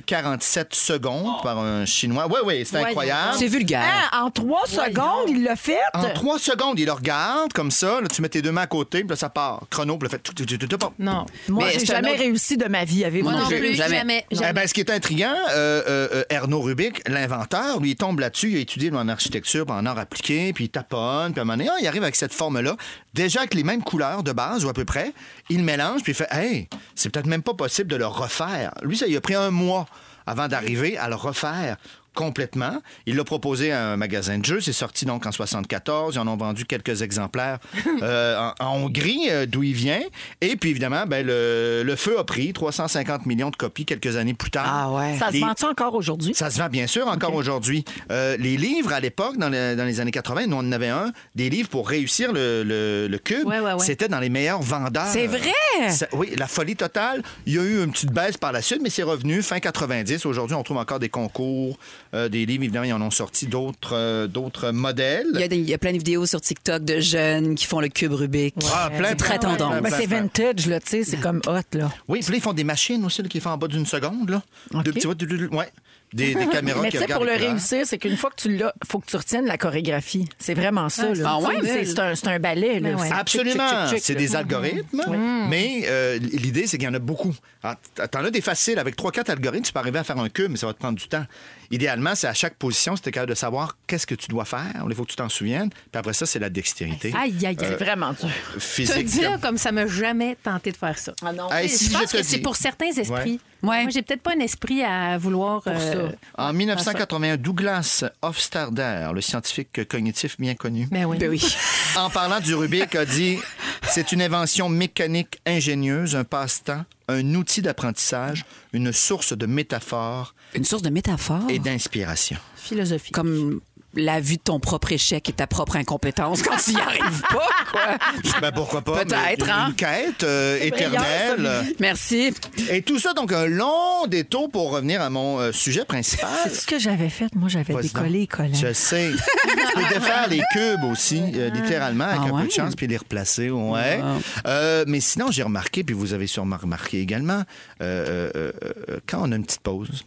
S2: 3,47 secondes par un Chinois. Oui, oui, c'est incroyable.
S6: C'est vulgaire.
S3: Hein, en trois secondes, il l'a fait.
S2: En trois secondes, il le regarde comme ça. Là, tu mets tes deux mains à côté, puis là, ça part. Chrono, puis là, fait tout, tout, tout, tout, tout, bon.
S4: Non.
S3: Moi,
S6: Mais
S3: j'ai
S6: c'est un
S3: jamais
S6: autre-
S3: réussi de ma vie, avez-vous?
S6: Moi non
S4: Non
S6: J'ai-
S4: plus,
S6: jamais.
S4: jamais. jamais,
S2: Eh ben, ce qui est intriguant, euh, euh, euh, Ernaud Rubik, l'inventeur, lui, il tombe là-dessus, il a étudié en architecture, puis en art appliqué, puis il taponne, puis à un moment donné, ah, il arrive avec cette forme-là, déjà avec les mêmes couleurs de base, ou à peu près, il mélange, puis il fait Hey, c'est peut-être même pas possible de le refaire. Lui, ça, il a pris un mois avant d'arriver à le refaire complètement. Il l'a proposé à un magasin de jeux. C'est sorti donc en 74. Ils en ont vendu quelques exemplaires euh, en, en Hongrie, euh, d'où il vient. Et puis, évidemment, ben, le, le feu a pris 350 millions de copies quelques années plus tard.
S6: Ah ouais.
S3: Ça se
S2: Les-
S3: vend-tu encore aujourd'hui?
S2: ça se vend bien sûr encore aujourd'hui. Euh, les livres à l'époque, dans, le- dans les années 80, nous on en avait un, des livres pour réussir le, le- le cube.
S4: Ouais, ouais, ouais.
S2: C'était dans les meilleurs vendeurs.
S6: C'est vrai?
S2: Ça- oui, la folie totale. Il y a eu une petite baisse par la suite, mais c'est revenu fin 90. Aujourd'hui, on trouve encore des concours, euh, des livres. Évidemment, ils en ont sorti d'autres euh, d'autres modèles.
S6: Il y, a des- il y a plein de vidéos sur TikTok de jeunes qui font le cube Rubik.
S2: Ah, plein,
S6: C'est
S2: plein,
S6: très tendance.
S2: plein,
S3: Ben,
S2: plein,
S3: c'est
S2: plein.
S3: vintage, là, tu sais, c'est comme hot, là.
S2: Oui, puis là, ils font des machines aussi là, qui font en bas d'une seconde. Là. Deux petits... Ouais. Des, des caméras
S3: Mais
S2: qui
S3: tu sais, pour
S2: regardent
S3: le
S2: l'écran.
S3: réussir, c'est qu'une fois que tu l'as, faut que tu retiennes la chorégraphie. C'est vraiment ça, là.
S6: Ah ouais?
S3: C'est- c'est un, c'est un ballet, là.
S4: Ben ouais.
S3: C'est
S2: Absolument.
S3: tchic, tchic, tchic,
S2: C'est
S3: là.
S4: Mm-hmm.
S2: des algorithmes, mais euh, l'idée, c'est qu'il y en a beaucoup. Ah, t- T'en as des faciles. Avec 3-4 algorithmes, tu peux arriver à faire un cube, mais ça va te prendre du temps. Idéalement, c'est à chaque position, c'était capable de savoir qu'est-ce que tu dois faire. Il faut que tu t'en souviennes. Puis après ça, c'est la dextérité Euh,
S4: Aïe, aïe,
S3: C'est
S4: aïe.
S3: vraiment dur.
S4: Te
S2: physique.
S4: dire comme ça m'a jamais tenté de faire ça.
S3: Ah non.
S2: Hey, ben, si
S4: je
S2: je
S4: pense
S2: te
S4: que c'est
S2: dis-
S4: pour certains esprits.
S6: Ouais. Ouais.
S4: Moi, j'ai peut-être pas un esprit à vouloir. euh,
S2: En 1981, Douglas Hofstadter, le scientifique cognitif bien connu,
S4: Ben oui.
S6: Ben oui.
S2: en parlant du Rubik, a dit c'est une invention mécanique ingénieuse, un passe-temps, un outil d'apprentissage, une source de métaphore
S6: Une source de métaphore.
S2: et d'inspiration.
S4: Philosophie.
S6: Comme la vue de ton propre échec et ta propre incompétence quand tu n'y arrives pas, quoi.
S2: Ben pourquoi pas? mais
S6: Peut-être,
S2: une-
S6: hein?
S2: Une quête euh, éternelle.
S6: Merci.
S2: Et tout ça, donc, un long détour pour revenir à mon euh, sujet principal.
S3: C'est ce que j'avais fait. Moi, j'avais
S2: Vas-y
S3: décollé et
S2: donc.
S3: collé.
S2: Je sais. tu peux défaire les cubes aussi, euh, littéralement, avec
S6: Ah
S2: un
S6: ouais? Ah.
S2: peu de chance, puis les replacer. Ouais.
S6: Wow.
S2: Euh, mais sinon, j'ai remarqué, puis vous avez sûrement remarqué également, euh, euh, euh, quand on a une petite pause,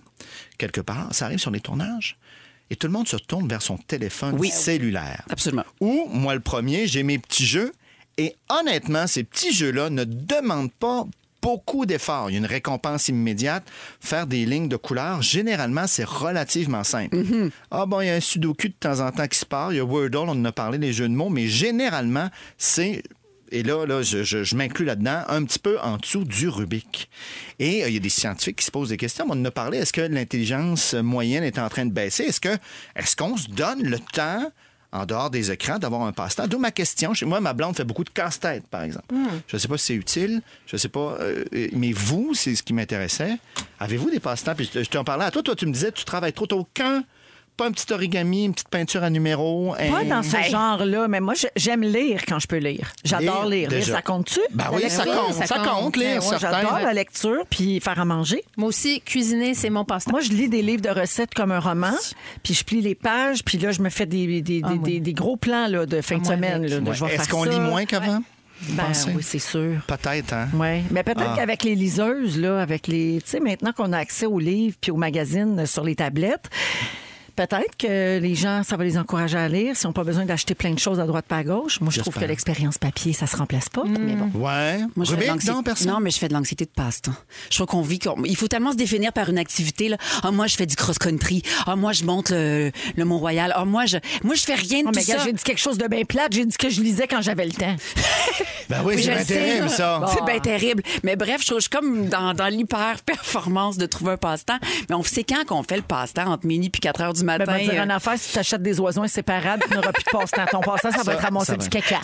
S2: quelque part, ça arrive sur les tournages, et tout le monde se tourne vers son téléphone
S6: Oui.
S2: cellulaire.
S6: Absolument.
S2: Ou, moi le premier, j'ai mes petits jeux. Et honnêtement, ces petits jeux-là ne demandent pas beaucoup d'efforts. Il y a une récompense immédiate. Faire des lignes de couleurs, généralement, c'est relativement simple. Ah bon, il y a un sudoku de temps en temps qui se part. Il y a Wordle, on en a parlé, les jeux de mots. Mais généralement, c'est... Et là, là je, je- je m'inclus là-dedans, un petit peu en dessous du Rubik. Et euh, il y a des scientifiques qui se posent des questions. On en a parlé. Est-ce que l'intelligence moyenne est en train de baisser? Est-ce que est-ce qu'on se donne le temps en dehors des écrans, d'avoir un passe-temps. D'où ma question. Chez moi, ma blonde fait beaucoup de casse-tête, par exemple.
S3: Hmm.
S2: Je ne sais pas si c'est utile. Je sais pas. euh, euh, mais vous, c'est ce qui m'intéressait. Avez-vous des passe-temps? Puis je je t'en parlais à toi. Toi, tu me disais, tu travailles trop tôt. Quand? Pas un petit origami, une petite peinture à numéro.
S3: Pas
S2: un-
S3: dans ce
S2: Hey.
S3: genre-là, mais moi, je- j'aime lire quand je peux lire. J'adore lire.
S2: Lire,
S3: Lire,
S2: déjà.
S3: ça compte-tu?
S2: Ben
S3: La
S2: oui,
S3: lecture?
S2: ça compte. Ça compte, lire,
S3: Ben ouais,
S2: certains.
S3: J'adore la lecture, puis faire à manger.
S4: Moi aussi, cuisiner, c'est mon passe-temps.
S3: Moi, je lis des livres de recettes comme un roman, puis je plie les pages, puis là, je me fais des, des, des,
S4: Ah, moi.
S3: des- des gros plans là, de
S2: Ah,
S3: fin de
S4: moi,
S3: semaine.
S4: avec.
S3: là, de je vais
S2: Ouais. Est-ce
S3: faire
S2: qu'on
S3: ça.
S2: lit moins qu'avant? Vous
S3: Ben,
S2: pensez?
S3: oui, c'est sûr.
S2: Peut-être, hein?
S3: Oui, mais peut-être qu'avec les liseuses, là, avec les. Tu sais, maintenant qu'on a accès aux livres puis aux magazines euh, sur les tablettes, peut-être que les gens, ça va les encourager à lire. S'ils n'ont pas besoin d'acheter plein de choses à droite pas à gauche, moi, je trouve
S2: J'espère.
S3: que l'expérience papier, ça se remplace pas. Mais bon.
S2: Ouais.
S6: Moi, je fais de
S2: Rubik,
S6: l'anxiété-
S2: non, personne?
S6: Non, mais je fais de l'anxiété de passe-temps. Je trouve qu'on vit. qu'on- Il faut tellement se définir par une activité. Là. Ah, moi, je fais du cross-country. Ah, moi, je monte le, le Mont-Royal. Ah, moi, je, moi, je fais rien de
S3: Oh,
S6: tout
S3: mais gars,
S6: ça.
S3: j'ai dit quelque chose de bien plate. J'ai dit que je lisais quand j'avais le temps.
S2: Ben oui,
S6: Je
S2: c'est
S6: le
S2: bien
S6: sais,
S2: terrible,
S6: là.
S2: ça.
S6: C'est bien terrible. Mais bref, je trouve je suis comme dans, dans l'hyper-performance de trouver un passe-temps. Mais on sait quand qu'on fait le passe-temps entre minuit puis 4 heures du
S3: Mais
S6: matin.
S3: ben, dire
S6: euh,
S3: en affaire, si tu achètes des oiseaux inséparables, tu n'auras plus de passe-temps. Ton passe-temps, ça, va être ramasser
S2: ça va.
S3: du caca.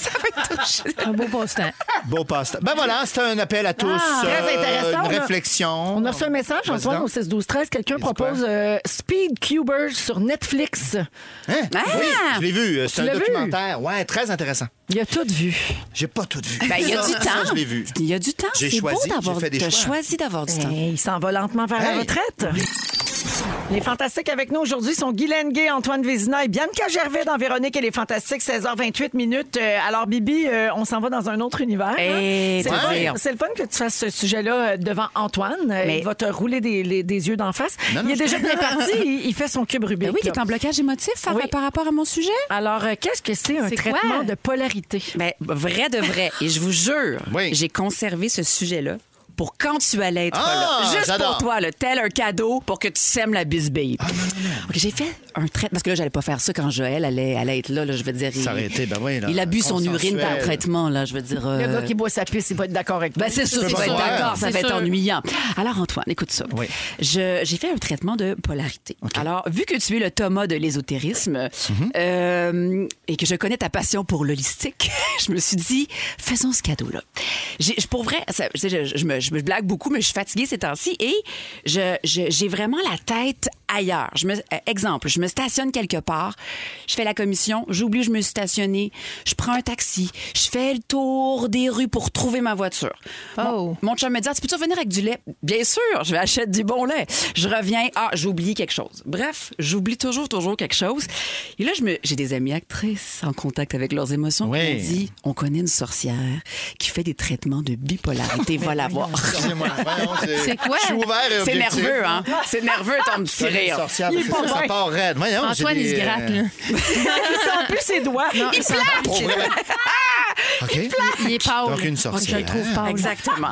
S4: Un beau passe-temps.
S2: Beau passe-temps. Ben voilà, c'était un appel à tous.
S3: Ah,
S6: Ah,
S3: très intéressant,
S2: euh, Une
S3: on a-
S2: réflexion.
S3: On a reçu un message,
S2: Vas-y
S3: Antoine,
S2: donc.
S3: au 6-12-13. Quelqu'un
S2: Dis-tu quoi?
S3: propose euh, Speed Cuber sur Netflix.
S2: Hein?
S6: Ah!
S2: Oui, je l'ai vu. euh, C'est
S3: l'as
S2: un
S3: vu?
S2: documentaire. Ouais, très intéressant.
S3: Il a tout vu.
S2: J'ai pas tout vu.
S6: ben, il y a
S2: Ça,
S6: du
S2: ça,
S6: temps.
S2: je l'ai vu.
S6: Il y a du temps.
S2: J'ai
S6: C'est beau
S2: choisi, j'ai
S6: d'avoir.
S2: fait des
S6: t'as
S2: choix.
S3: Eh, ben
S6: choisi d'avoir du temps.
S3: Hey, il s'en va lentement vers la
S2: Hey.
S3: retraite. Les Fantastiques avec nous aujourd'hui sont Guylaine Gay, Antoine Vézina et Bianca Gervais dans Véronique et les Fantastiques, 16h28 minutes. Euh, alors, Bibi, euh, on s'en va dans un autre univers.
S6: Eh,
S3: hein? c'est,
S6: c'est
S3: le
S6: dur.
S3: fun- c'est le fun que tu fasses ce sujet-là euh, devant Antoine. Euh,
S6: Mais-
S3: Il va te rouler des, les- des yeux d'en face.
S2: Non, non,
S3: il est
S2: je-
S3: déjà bien parti. Il, il fait son cube Rubik.
S6: Ben oui,
S3: là.
S6: t'es en blocage émotif par,
S3: Oui.
S6: par rapport à mon sujet?
S3: Alors, euh, qu'est-ce que c'est un
S4: C'est quoi?
S3: traitement de polarité?
S6: Ben, vrai de vrai. Et je vous jure,
S2: Oui.
S6: j'ai conservé ce sujet-là pour quand tu allais être
S2: Ah,
S6: là. Juste
S2: j'adore. Ah,
S6: pour toi, le tel un cadeau pour que tu sèmes la bisbille. Ok, j'ai fait un traitement. Parce que là, j'allais pas faire ça quand Joël allait, allait être là, là, Je veux dire, il,
S2: S'arrêter, ben oui, là,
S6: il a bu son
S2: consensuel.
S6: urine par traitement, là. Je veux dire. euh,
S3: Le gars qui boit sa pisse, il va être d'accord avec toi.
S6: ben, c'est sûr,
S2: peux
S6: tu
S2: pas
S6: vas être
S2: croire.
S6: d'accord, Ah, ça
S4: C'est
S6: va être
S4: sûr.
S6: ennuyant. Alors, Antoine, écoute ça.
S2: Oui.
S6: Je- J'ai fait un traitement de polarité. Alors, vu que tu es le Thomas de l'ésotérisme euh, et que je connais ta passion pour l'holistique, je me suis dit, faisons ce cadeau-là. J'ai- je- Pour vrai, ça- je, je- je me, je me blague beaucoup, mais je suis fatiguée ces temps-ci et je- je- j'ai vraiment la tête ailleurs. Je me- euh, exemple, je me stationne quelque part, je fais la commission, j'oublie où je me suis stationnée, je prends un taxi, je fais le tour des rues pour trouver ma voiture. Mon,
S4: Oh.
S6: mon chum me dit ah, Tu peux-tu revenir avec du lait Bien sûr, je vais acheter du bon lait. Je reviens, ah, j'oublie quelque chose. Bref, j'oublie toujours, toujours quelque chose. Et là, je me- j'ai des amies actrices en contact avec leurs émotions
S2: Oui.
S6: qui m'ont dit On connaît une sorcière qui fait des traitements de bipolarité, va la voir.
S2: Excusez-moi. Ouais, non,
S4: C'est quoi?
S2: Je suis ouvert et
S6: C'est
S2: objectif.
S6: nerveux, hein? C'est nerveux ton petit
S2: Sorcière,
S6: rire.
S2: sorcière,
S3: Il est
S2: c'est
S3: pas
S2: ça, ça
S3: bien.
S2: part raide. Voyons,
S4: Antoine,
S2: j'ai
S4: il se
S2: des,
S4: gratte,
S2: euh,
S4: là.
S3: Il sent plus ses doigts.
S4: il se
S2: pour
S4: gratte.
S2: vrai.
S6: Ah!
S2: Ah, OK.
S4: Il est pâle. Oh,
S2: Donc, une
S4: Je le
S2: sorcière.
S4: trouve pâle.
S6: Exactement.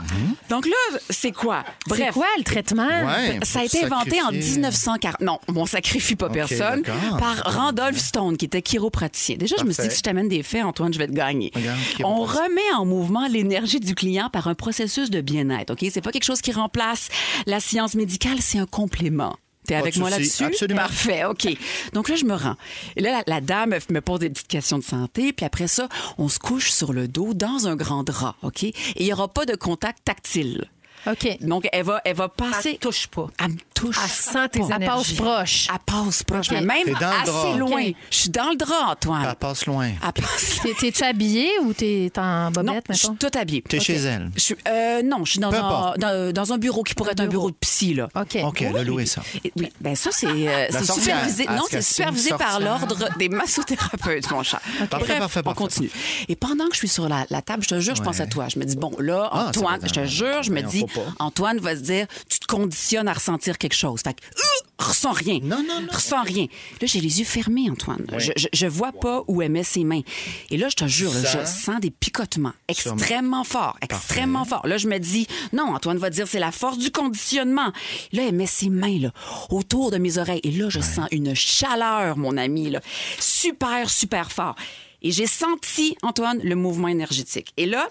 S6: Donc là, c'est quoi? Bref.
S4: C'est quoi le traitement?
S2: Ouais,
S6: Ça a été inventé en
S2: sacrifier.
S6: 1940. Non, on sacrifie pas
S2: Ok,
S6: personne.
S2: d'accord.
S6: Par Randolph Stone, qui était chiropraticien. Déjà, je me suis
S2: Parfait.
S6: dit, si je t'amène des faits, Antoine, je vais te gagner.
S2: Regarde,
S6: on
S2: chiropraticien.
S6: remet en mouvement l'énergie du client par un processus de bien-être. Ok, c'est pas quelque chose qui remplace la science médicale, c'est un complément. T'es
S2: Pas de
S6: avec moi
S2: souci,
S6: là-dessus?
S2: absolument.
S6: Parfait, OK. Donc là, je me rends. Et là, la, la dame me pose des petites questions de santé, puis après ça, on se couche sur le dos dans un grand drap, OK? Et il n'y aura pas de contact tactile.
S4: OK.
S6: Donc, elle va, elle va passer.
S4: Elle te touche pas.
S6: Elle me touche.
S3: Elle sent tes
S6: pas.
S4: Elle passe
S3: Énergie.
S4: proche.
S6: Elle passe proche, mais
S2: T'es
S6: même
S2: dans le
S6: assez
S2: drap.
S6: loin.
S4: OK.
S6: Je suis dans le drap, Antoine.
S2: Elle passe loin.
S6: Elle passe.
S4: T'es- T'es-tu habillée ou t'es
S6: Non,
S4: en bobette,
S6: je suis
S4: mettons?
S6: tout habillée.
S2: T'es chez elle.
S6: Je suis, euh, non, je suis dans
S2: Peu
S6: un,
S2: importe.
S6: dans, dans un bureau qui pourrait être un bureau de psy, là.
S4: OK.
S2: OK, elle a loué ça.
S6: Et- oui, ben ça, c'est euh, c'est
S2: sorcière.
S6: supervisé.
S2: Ah,
S6: Non,
S2: est-ce
S6: c'est
S2: que c'est
S6: supervisé
S2: une
S6: par
S2: sorcière?
S6: l'ordre des massothérapeutes, mon cher.
S2: Parfait,
S6: Bref,
S2: parfait,
S6: on
S2: parfait.
S6: continue. Et pendant que je suis sur la, la table, je te jure, je pense à toi. Je me dis, bon, là,
S2: Ah, ça
S6: Antoine,
S2: va être
S6: je te
S2: un-
S6: jure, je me
S2: Voyons,
S6: dis,
S2: faut pas.
S6: Antoine va se dire, tu te conditionnes à ressentir quelque chose. Fait que, euh, ressens rien.
S2: Non, non, non.
S6: Ressens rien. Là, j'ai les yeux fermés, Antoine. Je, je, je vois pas où elle met ses mains. Et là, je te jure, là, je sens des picotements extrêmement forts, extrêmement forts. Là, je me dis, non, Antoine va dire, c'est la force du conditionnement. Là, elle met ses mains là, autour de mes oreilles. Et là, je sens une chaleur, mon ami, là. super, super fort. Et j'ai senti, Antoine, le mouvement énergétique. Et là,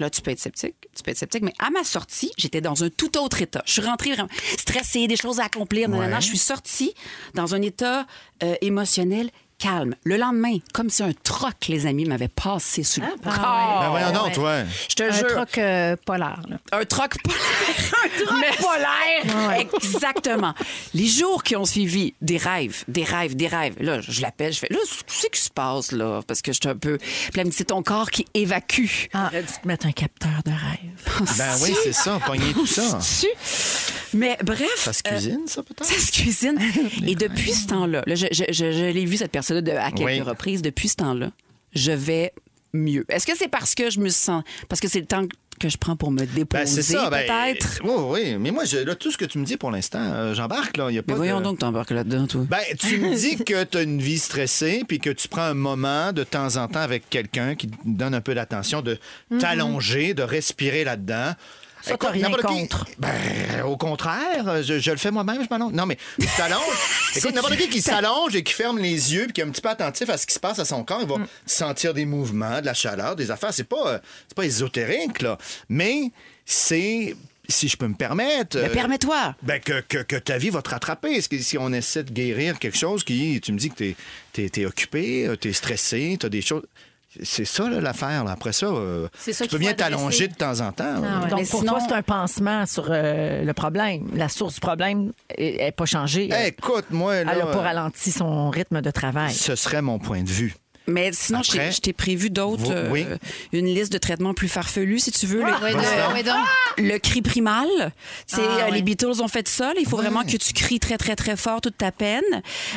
S6: Là, tu peux être sceptique, tu peux être sceptique, mais à ma sortie, j'étais dans un tout autre état. Je suis rentrée vraiment stressée, des choses à accomplir. nanana. Je suis sortie dans un état euh, émotionnel calme. Le lendemain, comme si un troc, les amis, m'avait passé sur le corps.
S2: Ben voyons donc, toi.
S6: Je te
S4: Un
S6: jure,
S4: troc euh, polaire. là.
S6: un troc polaire. un troc polaire. Exactement. Les jours qui ont suivi, des rêves, des rêves, des rêves. Là, je l'appelle, je fais, là, qu'est-ce qui se passe, là? Parce que je suis un peu... Puis elle me dit, c'est ton corps qui évacue.
S3: Ah. Tu te mettre un capteur de rêve.
S2: Ben oui, c'est ça, pogner tout ça.
S6: dessus. Mais bref. euh,
S2: Ça se cuisine, ça, peut-être?
S6: Ça se cuisine. Et depuis ce temps-là, là, je, je- je- je l'ai vu cette personne-là de- à quelques
S2: Oui.
S6: reprises, depuis ce temps-là, je vais mieux. Est-ce que c'est parce que je me sens. Parce que c'est le temps que je prends pour me déposer,
S2: Ben, c'est ça, ben,
S6: peut-être?
S2: Oui, oui. Mais moi, je- là, tout ce que tu me dis pour l'instant, euh, j'embarque, là. Il Y a pas
S6: Mais voyons
S2: de-
S6: donc, t'embarques là-dedans, toi.
S2: Ben, tu me dis que tu as une vie stressée puis que tu prends un moment de temps en temps avec quelqu'un qui te donne un peu d'attention, de t'allonger, de respirer là-dedans.
S3: Mhm. Ça,
S2: Écoute,
S3: t'as rien
S2: n'importe qui-
S3: contre.
S2: Ben, au contraire, je, je le fais moi-même, je m'allonge. Non, mais tu t'allonges. Écoute, n'importe qui qui s'allonge et qui ferme les yeux puis qui est un petit peu attentif à ce qui se passe à son corps, il
S3: Mm.
S2: va sentir des mouvements, de la chaleur, des affaires. C'est pas, euh, c'est pas ésotérique, là. Mais c'est, si je peux me permettre.
S6: Mais
S2: euh,
S6: permets-toi.
S2: ben, que, que- que ta vie va te rattraper. Est-ce que si on essaie de guérir quelque chose qui, tu me dis que t'es es, occupé, euh, t'es stressé, t'as des choses. C'est ça là, l'affaire. là. Après ça, euh,
S4: C'est ça
S2: tu peux
S4: qu'il
S2: bien
S4: faut adresser.
S2: t'allonger de temps en temps.
S4: Ah ouais.
S3: Donc,
S6: Mais
S3: pour
S6: sinon-
S3: toi, c'est un pansement sur euh, le problème. La source du problème n'est pas changée.
S2: Écoute, moi, Eh, là, euh,
S3: Elle n'a pas ralenti son rythme de travail.
S2: ce serait mon point de vue.
S6: Mais sinon, je t'ai-
S2: Après,
S6: je t'ai prévu d'autres,
S2: vous-
S6: euh,
S2: oui.
S6: une liste de traitements plus farfelus, si tu veux. Le,
S4: Ouais,
S2: Ah, Vas-y
S4: donc,
S2: donc. Ah,
S4: ouais, donc.
S6: le cri primal, c'est
S4: Ah,
S6: euh,
S4: ouais.
S6: les Beatles ont fait ça. là. Il faut vraiment que tu cries très, très, très fort toute ta peine.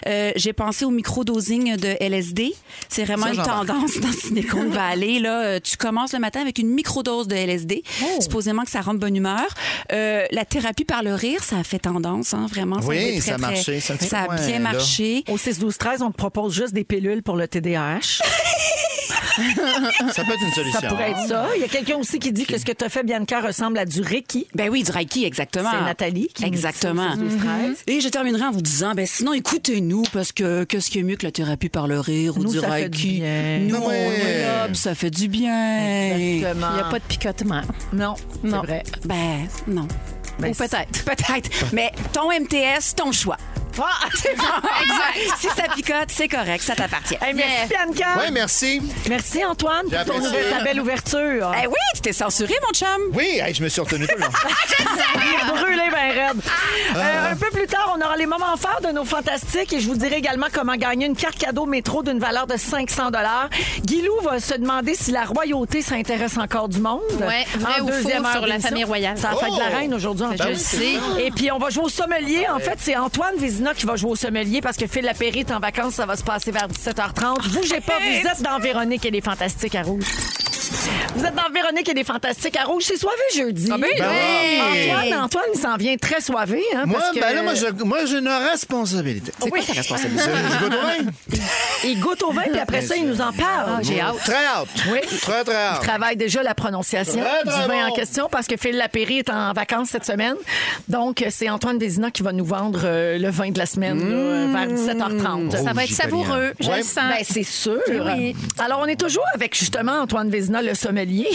S6: Euh, J'ai pensé au micro-dosing de LSD. C'est vraiment
S2: Ça,
S6: une
S2: j'embarque.
S6: tendance dans Cinécon Valley. Là, Euh, tu commences le matin avec une micro-dose de LSD,
S2: Oh.
S6: supposément que ça rend de bonne humeur. Euh, la thérapie par le rire, ça a fait tendance, hein, vraiment. a
S2: Oui,
S6: été très,
S2: ça a
S6: très-
S2: marché. Ça a un petit
S6: ça a
S2: peu moins,
S6: bien
S2: là.
S6: marché.
S3: Au 6-12-13, on te propose juste des pilules pour le TDAH.
S4: Ah.
S2: Ça peut être une solution.
S3: Ça pourrait être ça. Il y a quelqu'un aussi qui dit que ce que tu as fait, Bianca, ressemble à du Reiki.
S6: Ben oui, du Reiki, exactement.
S3: C'est Nathalie qui nous dit ça au
S6: Exactement.
S3: 6-12-13.
S6: Et je terminerai en vous disant, ben sinon, écoutez-nous, parce que qu'est-ce qui est mieux que la thérapie par le rire ou
S3: Nous,
S6: du
S3: ça fait du
S6: Reiki?
S3: bien.
S6: Nous,
S2: Ouais.
S6: on est là, ça fait du bien.
S3: Exactement.
S4: Il n'y a pas de picotement.
S3: Non, c'est
S4: Non.
S3: vrai.
S6: Ben, non.
S4: Ou peut-être.
S6: Peut-être. Mais ton MTS, ton choix.
S3: Ah!
S6: exact. si ça picote, c'est correct, ça t'appartient.
S3: Hey, merci, Bianca.
S2: Oui, merci.
S3: Merci, Antoine,
S2: J'ai
S3: pour ton
S2: apprécié.
S3: nouvel- ta belle ouverture.
S6: Eh oui, tu t'es censuré, mon chum.
S2: Oui, hey, je me suis retenu tout le long.
S3: brûlé ben raide.
S2: Ah.
S3: Euh, un peu plus tard, on aura les moments forts de nos fantastiques et je vous dirai également comment gagner une carte cadeau métro d'une valeur de 500 dollars. Guilou va se demander si la royauté s'intéresse encore du monde.
S4: Ouais, vrai
S3: En
S4: ou faux
S3: deuxième heure
S4: sur la
S3: d'émission.
S4: famille royale.
S3: Ça a fait de la
S2: Oh!
S3: reine aujourd'hui en
S4: Je
S3: plus.
S4: le sais.
S3: Et puis on va jouer au sommelier. En fait, c'est Antoine Vézina qui va jouer au sommelier parce que Phil Lapéry est en vacances, ça va se passer vers
S4: Ah,
S3: 17h30. Bougez pas, vous êtes dans Véronique et les fantastiques à rouge. Vous êtes dans Véronique et les fantastiques à rouge, c'est soivé jeudi.
S4: Ah,
S2: Ben oui.
S3: Antoine, Antoine, il s'en vient très soivé. Hein,
S2: Moi,
S3: parce que
S2: ben là, moi, je- moi, j'ai une responsabilité.
S3: Oui.
S6: Quoi, ta responsabilité?
S2: Je vais loin.
S3: Il goûte au vin, puis après ça, il nous en parle.
S4: Ah, J'ai hâte.
S2: Très Ah, hâte. Très, très
S3: Il
S2: hâte.
S3: travaille déjà la prononciation
S2: Très,
S3: du
S2: très
S3: vin en
S2: bon.
S3: question parce que Phil Lapéry est en vacances cette semaine. Donc, c'est Antoine Vézina qui va nous vendre euh, le vin de la semaine
S2: Mmh.
S3: là, vers 17h30.
S4: Ça va être
S2: Rouge italien.
S4: savoureux, je
S2: Ouais.
S4: le sens.
S3: Ben, c'est sûr.
S4: Ah. Oui.
S3: Alors, on est toujours avec justement Antoine Vézina, le sommelier,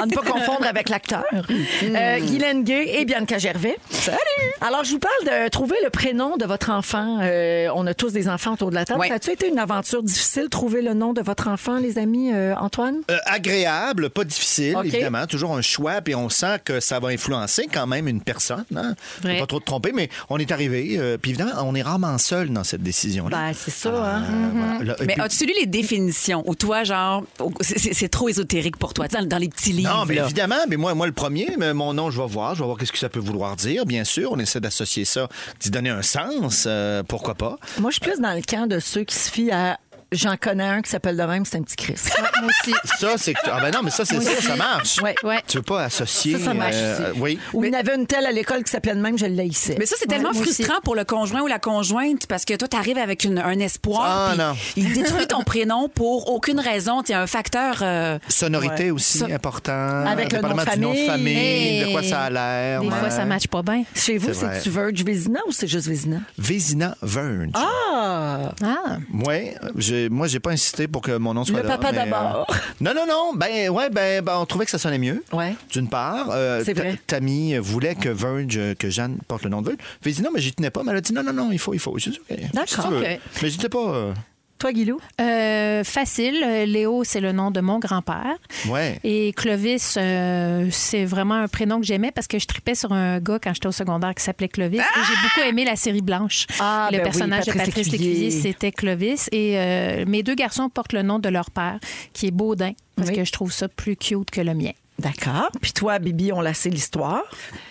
S3: à ne pas confondre avec l'acteur, euh, Guylaine Gay et Bianca Gervais. Salut! Alors, je vous parle de trouver le prénom de votre enfant. Euh, on a tous des enfants autour de la table.
S6: Ouais.
S3: Ça a-tu été une aventure difficile, trouver le nom de votre enfant, les amis, euh, Antoine?
S2: Euh, agréable, pas difficile,
S3: OK.
S2: évidemment. Toujours un choix, puis on sent que ça va influencer quand même une personne. Hein? Faut
S4: Vrai.
S2: Pas trop te tromper, mais on est arrivé. euh, puis évidemment, on est rarement seul dans cette décision-là.
S3: Ben, c'est ça,
S2: Euh,
S3: hein?
S2: voilà. Là, et
S6: Mais
S2: puis-
S6: as-tu lu les définitions? Ou toi, genre, au- c'est- c'est c'est trop ésotérique pour toi, tu sais, dans les petits livres.
S2: Non, mais
S6: là.
S2: évidemment, mais moi, moi le premier, mais mon nom, je vais voir, je vais voir qu'est-ce que ça peut vouloir dire. Bien sûr, on essaie d'associer ça, d'y donner un sens, euh, pourquoi pas.
S3: Moi, je suis plus dans le camp de ceux qui se fient à J'en connais un qui s'appelle de même, c'est un petit Chris.
S4: Moi aussi.
S2: Ça, c'est ah ben non, mais ça, c'est ça, ça marche.
S3: Ouais.
S4: Ouais.
S2: Tu veux pas associer. euh,
S3: Ça, ça marche aussi.
S2: oui.
S3: Ou il y en avait une telle à l'école qui s'appelait de même, je le laissais.
S6: Mais ça, c'est tellement
S4: moi aussi.
S6: frustrant pour le conjoint ou la conjointe parce que toi, t'arrives avec une- un
S2: Ah,
S6: espoir. puis
S2: non.
S6: Il détruit ton prénom pour aucune raison. Il y a un facteur. euh,
S2: Sonorité aussi, important.
S3: Avec le nom de
S2: Dépendamment du nom de
S3: famille.
S2: famille, de
S4: Hey.
S2: quoi ça a l'air.
S4: Des
S2: ouais.
S4: fois, ça ne matche pas bien.
S3: Chez vous,
S2: C'est
S3: c'est
S2: vrai.
S3: tu Verge Vézina ou c'est juste Vézina?
S2: Vézina Verge.
S3: Ah!
S4: Ah,
S2: Ouais, j'ai- moi, j'ai pas insisté pour que mon nom soit
S3: Le
S2: là,
S3: papa
S2: mais, euh,
S3: d'abord.
S2: non, non, non. Ben, ouais, ben, ben, on trouvait que ça sonnait mieux.
S3: Ouais.
S2: D'une part, euh,
S3: C'est
S2: Ta-
S3: vrai.
S2: Tammy voulait que Verge, euh, que Jeanne porte le nom de Verge. J'ai dit non, mais j'y tenais pas. Mais elle a dit non, non, non, il faut, il faut. J'ai dit, OK,
S3: D'accord,
S2: si tu veux.
S3: OK.
S2: Mais j'étais pas. euh,
S3: Toi, Guilou?
S4: Euh, facile. Euh, Léo, c'est le nom de mon grand-père.
S2: Ouais.
S4: Et Clovis, euh, c'est vraiment un prénom que j'aimais parce que je tripais sur un gars quand j'étais au secondaire qui s'appelait Clovis. Et j'ai beaucoup aimé la série Blanche.
S3: Ah,
S4: le
S3: ben oui,
S4: personnage de
S3: Patrice
S4: Patrice
S3: Lécuyer.
S4: Lécuyer, c'était Clovis. Et euh, mes deux garçons portent le nom de leur père, qui est Baudin, parce
S3: Oui.
S4: que je trouve ça plus cute que le mien.
S3: Ah. D'accord. Puis toi, Bibi, on la sait l'histoire.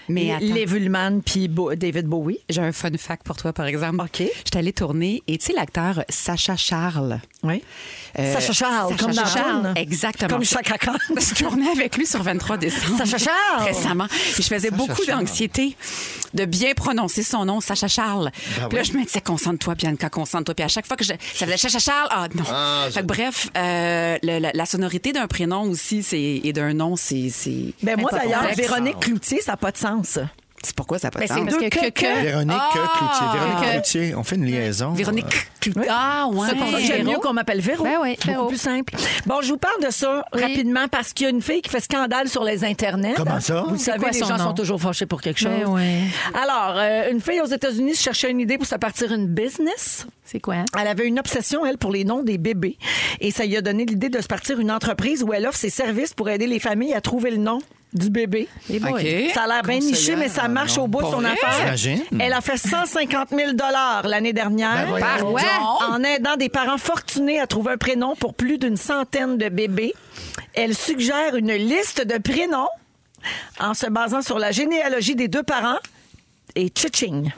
S6: Mais
S3: Et
S6: attends.
S3: Les Vullman puis Bo- David Bowie.
S6: J'ai un fun fact pour toi, par exemple.
S3: OK.
S6: Je suis allée tourner et tu sais l'acteur Sacha Charles.
S3: Oui.
S6: Euh,
S3: Sacha Charles,
S6: Sacha
S3: comme dans
S6: Charles,
S3: Charles.
S6: Exactement.
S3: Comme Chaka Khan.
S6: Je tournais avec lui sur 23 décembre.
S3: Sacha Charles.
S6: Récemment. Et je faisais beaucoup
S2: Charles.
S6: d'anxiété de bien prononcer son nom, Sacha Charles.
S2: Ben
S6: Puis là,
S2: oui.
S6: je me disais, concentre-toi, Bianca, concentre-toi. Puis à chaque fois que je, ça faisait Sacha Charles, ah non.
S2: Ah,
S6: Fait que bref, euh, le- la, la sonorité d'un prénom aussi c'est- et d'un nom, c'est. c'est-
S3: Ben moi,
S6: c'est
S3: d'ailleurs,
S6: complexe.
S3: Véronique Cloutier, ça n'a pas de sens.
S6: C'est pourquoi ça a pas de
S3: Ben, c'est
S6: sens.
S4: Parce
S3: Deux
S4: que,
S3: que-
S4: que, que-
S2: Véronique
S3: Ah!
S2: Cloutier. Véronique
S4: que-
S2: Cloutier, on fait une liaison. euh,
S6: Véronique Cloutier. Ah, ouais.
S4: C'est pour ça que
S3: J'aime
S4: Véro.
S3: mieux qu'on m'appelle Véro.
S4: Ben oui,
S3: Beaucoup
S4: Véro.
S3: plus simple. Bon, je vous parle de ça
S4: Oui.
S3: rapidement parce qu'il y a une fille qui fait scandale sur les internets.
S2: Comment ça?
S3: Vous le
S4: C'est
S3: savez,
S4: quoi
S3: les
S4: son
S3: gens
S4: nom?
S3: sont toujours fâchés pour quelque chose.
S4: Ben ouais.
S3: Alors, euh, une fille aux États-Unis se cherchait une idée pour se partir une business.
S4: C'est quoi? hein?
S3: Elle avait une obsession, elle, pour les noms des bébés. Et ça lui a donné l'idée de se partir une entreprise où elle offre ses services pour aider les familles à trouver le nom du bébé.
S4: Et boy.
S6: OK.
S3: Ça a l'air bien niché, mais ça marche au bout de
S2: Pas
S3: son
S2: vrai?
S3: affaire.
S2: J'imagine.
S3: Elle a fait 150 000 l'année dernière
S2: Ben voyons.
S6: Ouais.
S3: en aidant des parents fortunés à trouver un prénom pour plus d'une centaine de bébés. Elle suggère une liste de prénoms en se basant sur la généalogie des deux parents et tchitching.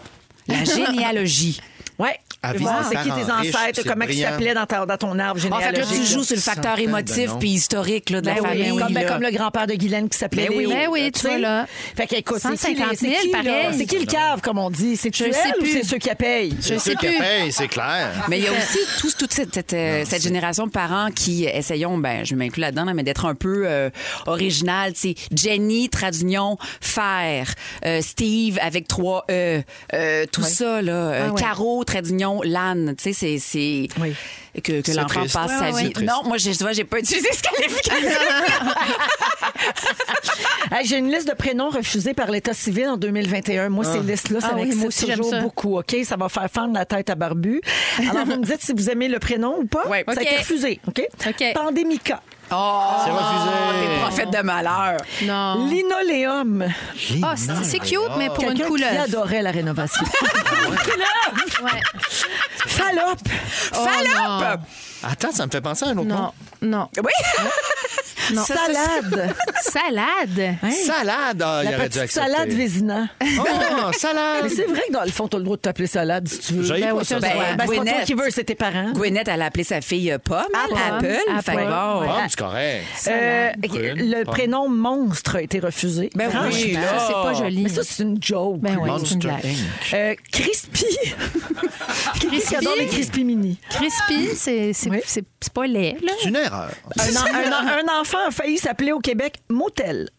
S6: La généalogie.
S3: Ouais.
S2: Avis
S3: Voir
S2: de
S3: c'est qui
S2: parents
S3: tes
S2: riches,
S3: ancêtres,
S2: c'est
S3: comment ils
S2: brillant.
S3: s'appelaient dans, ta- dans ton arbre
S6: En fait,
S3: généalogique.
S6: là, tu joues sur le facteur
S2: Centaines de
S6: émotif
S2: noms.
S6: puis historique là, de la
S3: Ben oui,
S6: famille.
S3: comme, ben,
S6: là.
S3: comme le grand-père de Guylaine qui s'appelait
S6: Ben oui,
S3: Léo,
S4: ben oui,
S3: là,
S4: tu
S3: sais.
S4: vois, là.
S3: Fait qu'écoute, c'est qui,
S4: 150 000,
S3: les- c'est qui, là?
S4: pareil.
S3: C'est qui le cave, comme on dit? C'est tu
S4: Je
S3: elle
S4: sais
S3: ou
S4: plus.
S3: c'est ceux qui la payent?
S4: Je sais
S2: Ceux qui
S4: plus.
S2: payent, c'est clair.
S6: Mais il y a aussi tout- toute cette, cette, euh, cette génération de parents qui essayons, ben, je m'inclus là-dedans, là, mais d'être un peu euh, original. tu sais. Jenny, Tradignon, Fer, euh, Steve avec trois E, euh, tout ça, là, euh,
S4: Ah ouais.
S6: Caro, Tradignon, Lannes, tu sais, c'est- c'est...
S3: Oui.
S6: Que, que
S2: C'est
S6: l'enfant
S2: triste.
S6: passe sa
S2: Ouais, ouais,
S6: vie.
S2: ouais.
S6: Non, moi, j'ai- tu vois, j'ai pas utilisé ce qualificatif.
S3: Hey, J'ai une liste de prénoms refusés par l'État civil en 2021. Moi, ces listes-là, ça
S4: Ah oui,
S3: m'excite
S4: moi aussi, j'aime
S3: toujours
S4: ça.
S3: beaucoup. OK? Ça va faire fendre la tête à Barbu. Alors, vous me dites si vous aimez le prénom ou pas.
S6: Ouais.
S3: Ça a
S6: OK.
S3: été refusé. OK?
S4: OK.
S3: Pandémica. Ah,
S6: Oh,
S2: C'est refusé.
S6: prophète de malheur.
S4: Non.
S3: Linoléum.
S4: Ah, c'est c'est cute, mais pour une
S3: Quelqu'un qui
S4: couleur.
S3: adorait la rénovation.
S2: Ah
S4: Ouais.
S3: Fallope.
S2: Oh
S6: Fallope!
S2: Attends, ça me fait penser à un autre nom.
S4: Non, non.
S6: Oui!
S4: Non.
S3: Salade.
S4: Salade.
S3: Hein?
S2: Salade, ah, il
S3: La
S2: aurait dû
S3: petite
S2: accepter.
S3: salade Vézina.
S2: Oh,
S3: Mais
S2: salade.
S3: c'est vrai que dans le fond, t'as le droit de t'appeler salade si tu veux.
S2: J'haïs
S3: Ben,
S2: pas ça.
S4: ça,
S3: ben, c'est pas toi
S6: Gwyneth.
S3: qui veux, c'est tes parents. Euh,
S6: Gwyneth, elle a appelé sa fille euh, Pomme.
S3: Apple.
S6: Apple.
S4: Apple.
S6: Fait que bon.
S4: Ouais.
S2: Pomme, Ah, c'est correct.
S3: Euh,
S2: Brune,
S3: le
S2: pomme.
S3: prénom monstre a été refusé.
S6: Ben
S3: Franchement.
S6: oui, là.
S4: Ça, c'est pas joli.
S3: Mais ça, c'est une joke.
S4: Ben oui, c'est une
S2: Monster
S4: blague.
S2: Inc.
S3: Euh, crispy. Crispy. adore les crispy mini.
S4: Crispy, c'est c'est-
S3: Oui.
S4: c'est- c'est pas laid, là.
S2: C'est une erreur.
S3: Un, en- un en- un enfant a failli s'appeler au Québec motel.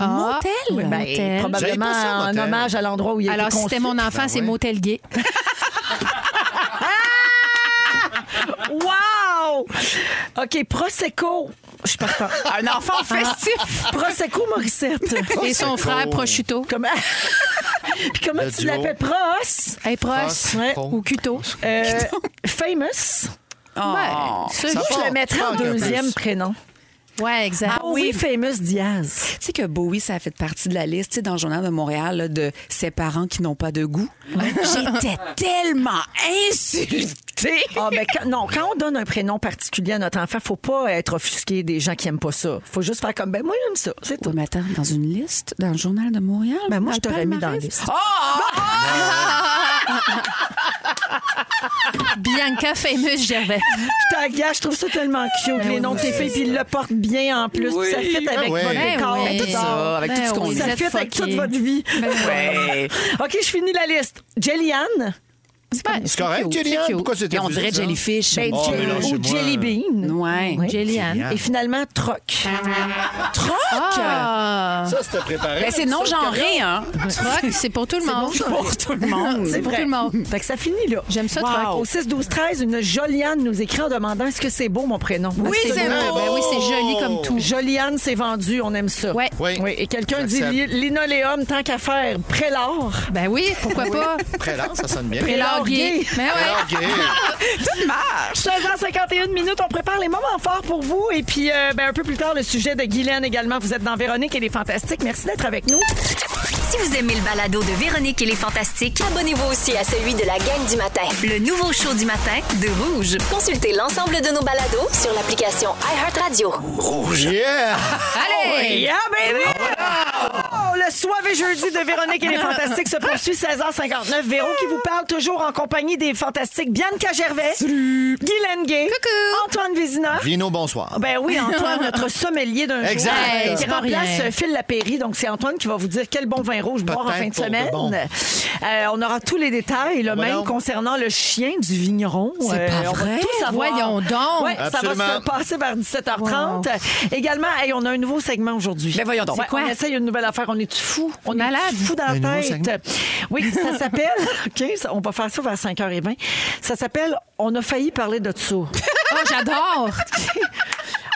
S4: Ah.
S6: Motel?
S4: oui,
S3: Ben,
S4: motel.
S2: J'avais
S3: Probablement
S2: pas ça,
S3: en
S2: motel.
S3: hommage à l'endroit où il a
S4: Alors,
S3: été
S4: si
S3: conçu.
S4: c'était mon enfant, c'est
S2: Ben ouais.
S4: motel gay.
S3: Wow! OK, Prosecco. Je suis partante.
S6: Un enfant festif.
S3: Prosecco Morissette.
S4: Et son frère
S2: cool.
S4: prosciutto.
S3: Comment... Puis comment
S2: Le
S3: tu
S2: duo.
S3: l'appelles? Pros?
S4: Hey, pros.
S2: Pros,
S3: Ouais.
S2: pros.
S4: Ou cuto.
S3: Euh, famous?
S6: Oh.
S4: Ouais, ça,
S2: Ah, ça
S4: je-
S3: Je le
S2: part.
S3: mettrais en
S2: Manque un peu.
S3: deuxième prénom.
S4: ouais, exact.
S3: Ah oui, Famous Diaz.
S6: Tu sais que Bowie, ça a fait partie de la liste, tu sais, dans le journal de Montréal, là, de ses parents qui n'ont pas de goût. J'étais tellement insultée.
S3: Ah ben quand- non, quand on donne un prénom particulier à notre enfant, faut pas être offusqué des gens qui aiment pas ça. Faut juste faire comme ben moi j'aime ça, c'est tout.
S6: Toi, mais attends, dans une liste, dans le journal de Montréal?
S3: Ben moi
S6: dans
S3: je
S6: le
S3: t'aurais mis dans la
S6: palmarès?
S3: liste.
S6: Ah!
S4: Ah Bianca Famous Gervais.
S2: Eh
S3: Je t'engage, je trouve ça tellement cute les noms de tes filles puis ils le portent bien en plus, puis ça fit avec
S2: ouais.
S3: votre
S2: Ben
S3: corps.
S4: oui.
S3: tout
S4: Ben
S3: ça.
S6: avec
S4: Ben
S6: tout ce qu'on
S4: oui.
S6: est.
S3: Ça
S4: êtes
S3: fit avec toute
S4: fuckés.
S3: votre vie.
S6: Ah! Ouais.
S3: OK, je finis la liste. Jelliane
S4: Ouais,
S2: C'est correct,
S4: cute,
S2: Julian?
S4: cute.
S2: Pourquoi c'était
S6: Et on
S2: refusé,
S6: dirait
S2: ça?
S6: Jellyfish.
S3: ben,
S2: Oh,
S3: Jelly-
S2: mais là, chez
S3: ou
S2: moi,
S3: Jelly Bean.
S6: Ouais.
S3: Oui.
S4: Géliane.
S3: Et finalement Troc.
S6: Troc!
S4: Ah,
S2: Ça, c'était préparé.
S6: Ben, c'est non-genré, hein?
S4: troc, c'est pour tout le monde.
S6: Pour tout le monde.
S3: C'est
S4: Pour
S3: vrai.
S4: tout le monde.
S3: Fait que ça finit là.
S4: J'aime ça,
S3: Wow.
S4: Troc.
S3: Au 6 12 13, une Joliane nous écrit en demandant est-ce que c'est beau mon prénom
S4: Oui, c'est
S3: Absolument.
S4: beau. Ben oui, c'est joli comme tout.
S3: Joliane s'est vendue, on aime ça.
S4: Ouais.
S2: Oui.
S3: Et quelqu'un dit
S2: J'accepte.
S3: li- linoléum tant qu'à faire prélard.
S4: Ben oui, pourquoi pas?
S2: Prélat, ça sonne bien.
S4: Et
S3: Prélard gay.
S4: largué. Mais
S3: Ah
S4: ouais.
S2: Prélat gay.
S3: 16h51 minutes, on prépare les moments forts pour vous et puis euh, ben, un peu plus tard le sujet de Guylaine également. Vous êtes dans Véronique et les Fantastiques. Merci d'être avec nous.
S1: Si vous aimez le balado de Véronique et les Fantastiques,
S7: Abonnez-vous aussi à celui de la gang du matin.
S1: le nouveau show du matin de Rouge.
S7: Consultez l'ensemble de nos balados sur l'application iHeartRadio.
S2: Yeah!
S4: Allez!
S3: Yeah, baby! Oh, le soir et jeudi de Véronique et les Fantastiques se poursuit 16h59. Véro qui vous parle toujours en compagnie des Fantastiques Bianca Gervais, Guylaine Gay, Antoine Vézina.
S2: Vino, bonsoir.
S3: Ben oui, Antoine, notre sommelier d'un jour.
S2: Exact.
S4: Hey,
S3: qui
S4: c'est pas
S3: remplace
S4: rien.
S3: euh, Phil Lapéry. Donc, c'est Antoine qui va vous dire quel bon vin rouge boire en fin de
S2: Peut-être pour de
S3: semaine.
S2: bon.
S3: Euh, on aura tous les détails, le
S2: Voyons.
S3: même concernant le chien du vigneron. Euh,
S6: C'est pas
S3: on va
S6: vrai.
S3: tout savoir.
S4: Voyons donc.
S3: Ouais, ça va
S2: Absolument.
S3: se passer vers 17h30. Euh, Également, hey, on a un nouveau segment aujourd'hui.
S6: Ben voyons donc.
S3: Ouais,
S6: C'est quoi?
S3: On essaye une nouvelle affaire. On est fou. On
S4: Malade.
S3: est fou dans
S2: Un
S3: la
S2: nouveau
S3: tête. Oui, ça s'appelle. OK, ça- on va faire ça vers 5h20. Ça s'appelle On a failli parler de ça.
S4: Oh, j'adore.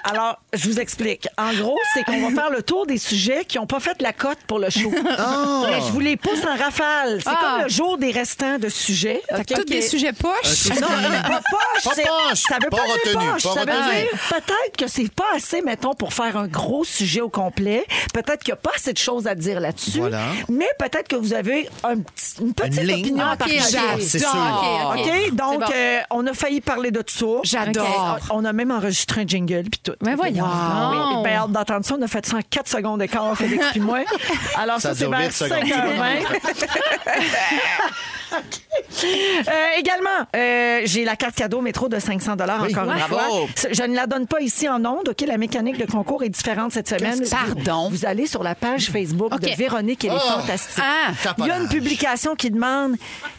S3: Alors, je vous explique. En gros, c'est qu'on va faire le tour des sujets qui n'ont pas fait la cote pour le show.
S2: Ah!
S3: Mais je vous les pousse en rafale. C'est
S4: Ah.
S3: comme le jour des restants de sujets.
S4: Fait que
S3: OK?
S4: Tous des sujets poches.
S3: Non, euh, pas poche.
S2: Pas
S3: c'est-
S2: poche,
S3: Ça veut
S2: pas
S3: pas, dire
S2: retenu,
S3: poche.
S2: pas
S3: ça veut
S2: retenu.
S3: dire peut-être que c'est pas assez, mettons, pour faire un gros sujet au complet. Peut-être qu'il n'y a pas assez de choses à dire là-dessus.
S2: Voilà.
S3: Mais peut-être que vous avez un petit- une petite
S2: Une ligne.
S3: opinion
S2: Ah,
S3: par
S4: ok,
S3: sujet.
S4: ok.
S2: c'est
S4: Ah,
S2: sûr.
S4: ok, ok. C'est
S3: OK? Donc,
S4: bon.
S3: euh, on a failli parler de tout ça.
S6: J'adore.
S3: Ok. On a même enregistré un jingle puis tout.
S4: Mais voyons.
S3: Oui,
S4: donc.
S3: ben, hâte d'entendre ça. On a fait ça en 4 secondes et quart, Félix puis moi. Alors, ça,
S2: Ça
S3: c'est
S2: dure
S3: vers
S2: huit secondes.
S3: 5h20. Euh, également, euh, j'ai la carte cadeau métro de 500 dollars
S2: Oui,
S3: encore une
S2: bravo.
S3: fois. C'est- Je ne la donne pas ici en ondes. OK, la mécanique de concours est différente cette semaine.
S6: Qu'est-ce que-
S3: Vous-
S6: Pardon?
S3: Vous allez sur la page Facebook de
S4: OK.
S3: Véronique et les
S2: Oh.
S3: Fantastiques. Il y a
S6: Ah,
S3: une
S2: taponnage.
S3: publication qui demande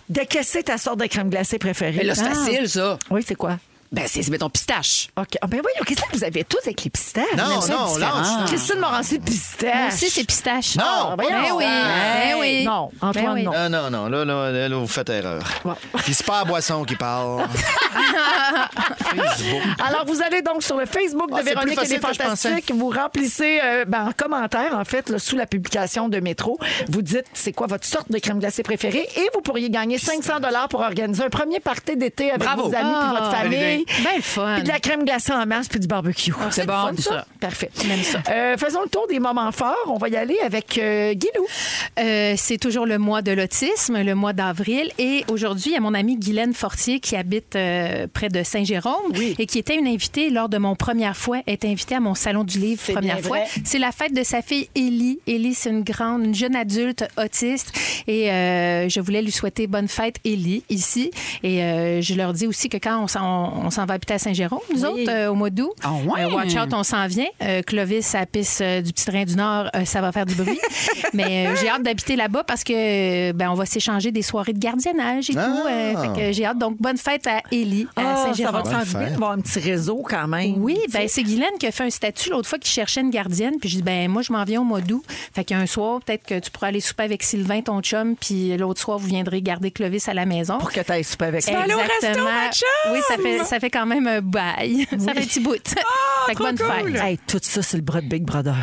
S3: de casser ta sorte de crème glacée préférée.
S6: Mais Ben, là, c'est
S3: Ah.
S6: facile, ça.
S3: Oui, c'est quoi?
S6: Ben, c'est, mettons, pistache.
S3: OK. Ah, ben voyons, qu'est-ce que vous avez tous avec les pistaches?
S2: Non,
S6: ça,
S2: non,
S6: différent.
S2: lâche.
S3: Christine Morancy, pistache. Ah,
S4: Moi aussi, c'est pistache.
S2: Non,
S3: voyons.
S4: Ben oui, ben oui.
S3: Non, Antoine,
S4: Ben oui.
S3: non.
S2: Ah non, non, là, là, là, là, vous faites erreur. Puis c'est pas à Boisson qui parle. Facebook.
S3: Alors, vous allez donc sur le Facebook de
S2: Ah, c'est plus
S3: Véronique et les
S2: facile que je
S3: Fantastiques. Vous remplissez euh, ben, en commentaire, en fait, là, sous la publication de Métro. Vous dites c'est quoi votre sorte de crème glacée préférée et vous pourriez gagner 500 dollars pour organiser un premier party d'été avec
S6: Bravo.
S3: vos amis
S4: Ah,
S3: puis votre
S4: bonne
S3: famille.
S4: idée. Ben, le fun.
S3: Puis de la crème glacée en masse puis du barbecue.
S6: c'est
S3: le
S6: bon,
S3: fun,
S6: ça.
S3: Parfait. Euh, faisons le tour des moments forts. On va y aller avec euh, Guilou.
S4: Euh, c'est toujours le mois de l'autisme, le mois d'avril. Et aujourd'hui, il y a mon amie Guylaine Fortier qui habite euh, près de Saint-Jérôme et qui était une invitée lors de mon première fois, Elle est invitée à mon salon du livre
S3: C'est
S4: première
S3: bien
S4: fois.
S3: vrai.
S4: C'est la fête de sa fille Ellie. Ellie, c'est une grande, une jeune adulte autiste. Et euh, je voulais lui souhaiter bonne fête, Ellie, ici. Et euh, je leur dis aussi que quand on s'en, on s'en va habiter à Saint-Jérôme, nous autres, euh, au mois d'août,
S6: Ah ouais?
S4: euh, watch out, on s'en vient. Euh, Clovis, à la piste euh, du Petit Train du Nord, euh, ça va faire du bruit. Mais euh, j'ai hâte d'habiter là-bas parce que euh, ben, on va s'échanger des soirées de gardiennage et
S2: Ah!
S4: tout. Euh, fait que j'ai hâte. Donc, bonne fête à Ellie, à
S3: Ah, ça va
S4: Saint-Jérôme.
S3: te faire du bien d'avoir un petit réseau quand même.
S4: Oui, ben c'est Guylaine qui a fait un statut l'autre fois qui cherchait une gardienne. Puis j'ai dit, ben moi, je m'en viens au mois d'août. Fait qu'un soir, peut-être que tu pourras aller souper avec Sylvain, ton chum, puis l'autre soir, vous viendrez garder Clovis à la maison.
S3: Pour que tu ailles souper avec
S4: Exactement.
S3: elle.
S4: Oui, ça fait, ça fait quand même un bail. Ça fait un petit bout.
S3: Ah,
S4: fait que bonne fête.
S3: Hey, tout ça, c'est le bras de Big Brother.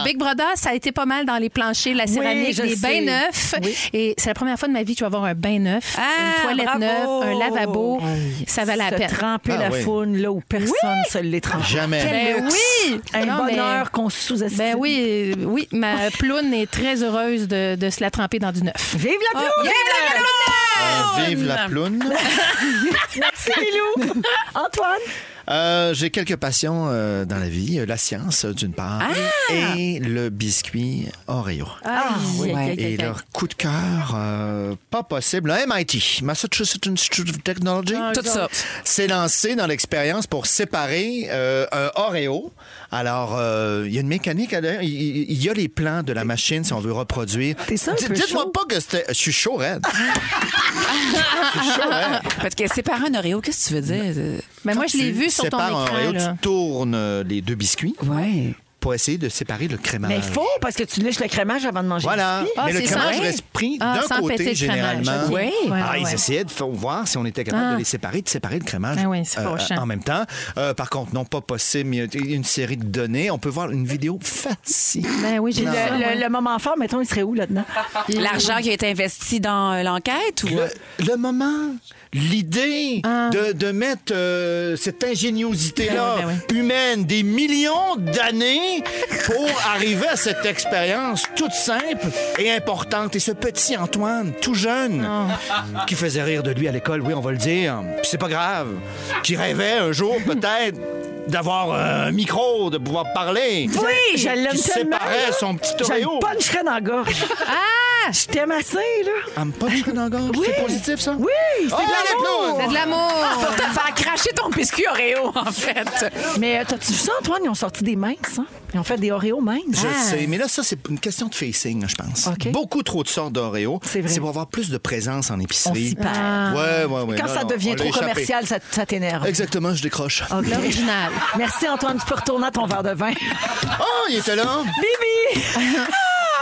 S4: Euh, Big Brother, ça a été pas mal dans les planchers, la céramique,
S3: je
S4: des
S3: sais.
S4: bains neufs. Et c'est la première fois de ma vie que je vais avoir un bain neuf,
S6: Ah,
S4: une toilette
S6: bravo!
S4: neuve, un lavabo.
S3: Hey,
S4: ça valait la
S3: se
S4: peine.
S3: Tremper
S2: Ah
S3: la
S2: oui.
S3: faune là où personne se l'est trempé.
S2: Jamais.
S4: Ben oui!
S3: Un
S4: Non, mais-
S3: bonheur qu'on sous-estime.
S4: Ben oui, euh, oui, ma ploune est très heureuse de, de se la tremper dans du neuf.
S3: Vive la ploune!
S2: Euh, vive la ploune.
S3: Merci, Milou! Antoine!
S2: Euh, J'ai quelques passions euh, dans la vie. La science, euh, d'une part, et le biscuit Oreo.
S4: Ah, oui,
S6: ouais.
S4: ok, ok,
S2: Et
S4: ok.
S2: leur coup de cœur, euh, pas possible. Le MIT, Massachusetts Institute of Technology,
S4: Ah,
S6: Tout ça.
S2: s'est lancé dans l'expérience pour séparer euh, un Oreo. Alors, euh, il y a une mécanique à l'heure. Il- Il il y a les plans de la machine si on veut reproduire.
S3: T'es ça, un
S2: Dites-
S3: peu
S2: Dites-moi
S3: chaud?
S2: pas que c'était. Je suis chaud, raide. Je suis chaud, raide.
S6: Parce que séparer un Oreo, qu'est-ce que tu veux dire?
S4: Mais moi, je l'ai
S2: Tu
S4: vu sur ton
S2: sépares un
S4: écran.
S2: Oreo,
S4: là.
S2: tu tournes euh, les deux biscuits
S6: Ouais.
S2: pour essayer de séparer le crémage.
S3: Mais faux, parce que tu lèches le crémage avant de manger.
S2: Voilà.
S4: Ah,
S2: Mais le
S4: c'est
S2: crémage
S4: sans-
S2: reste pris
S4: Ah,
S2: d'un
S4: sans péter
S2: côté,
S4: le crémage,
S2: généralement.
S4: ok. Oui. Ouais,
S2: Ah,
S4: ouais,
S2: ils
S4: ouais.
S2: essayaient de faire voir si on était capable
S4: Ah.
S2: de les séparer, de séparer le crémage
S4: Ah oui, c'est fâchant.
S2: en même temps. Euh, par contre, non, pas possible. Il y a une série de données. On peut voir une vidéo facile.
S4: Ben oui, j'ai
S2: Non.
S4: vu ça,
S3: Le,
S4: ouais.
S3: le- le moment fort, mettons, il serait où là-dedans?
S6: L'argent qui a été investi dans euh, l'enquête ou.
S2: Le, le moment, l'idée
S3: Ah.
S2: de, de mettre euh, cette ingéniosité-là
S4: Ben oui,
S2: humaine des millions d'années pour arriver à cette expérience toute simple et importante. Et ce petit Antoine, tout jeune,
S3: Ah.
S2: qui faisait rire de lui à l'école, oui, on va le dire, Puis c'est pas grave, qui rêvait un jour peut-être d'avoir euh, un micro, de pouvoir parler.
S3: Oui! Je l'aime
S2: Qui
S3: tellement.
S2: séparait son petit
S3: Je
S2: Oreo.
S3: le puncherais dans la gorge. Ah! Je t'aime assez, là.
S2: Ah, me puncherait dans la gorge.
S3: Oui.
S2: C'est positif, ça?
S3: Oui! C'est
S2: Oh,
S3: de
S2: les
S3: l'amour!
S2: plots!
S4: C'est de l'amour!
S6: Pour te faire cracher ton biscuit Oreo, en fait.
S3: Mais euh, t'as-tu vu ça, Antoine? Ils ont sorti des minces. hein? Ils ont fait des Oreos minces.
S2: Je sais, mais là, ça, c'est une question de facing, je pense.
S3: Ah. OK.
S2: Beaucoup trop de sortes d'Oreo.
S3: C'est vrai.
S2: pour avoir plus de présence en
S3: On s'y
S2: épicerie.
S3: perd.
S2: Ouais, ouais, ouais.
S3: Ah, Quand
S2: Ah, Non,
S3: ça
S2: non, on
S3: devient
S2: l'a
S3: trop
S2: échappé.
S3: commercial, ça, ça t'énerve.
S2: Exactement, je décroche.
S3: OK.
S4: L'original.
S2: Ah,
S3: Merci Antoine, tu peux retourner à ton verre de vin.
S2: Oh, il était là!
S3: Bibi!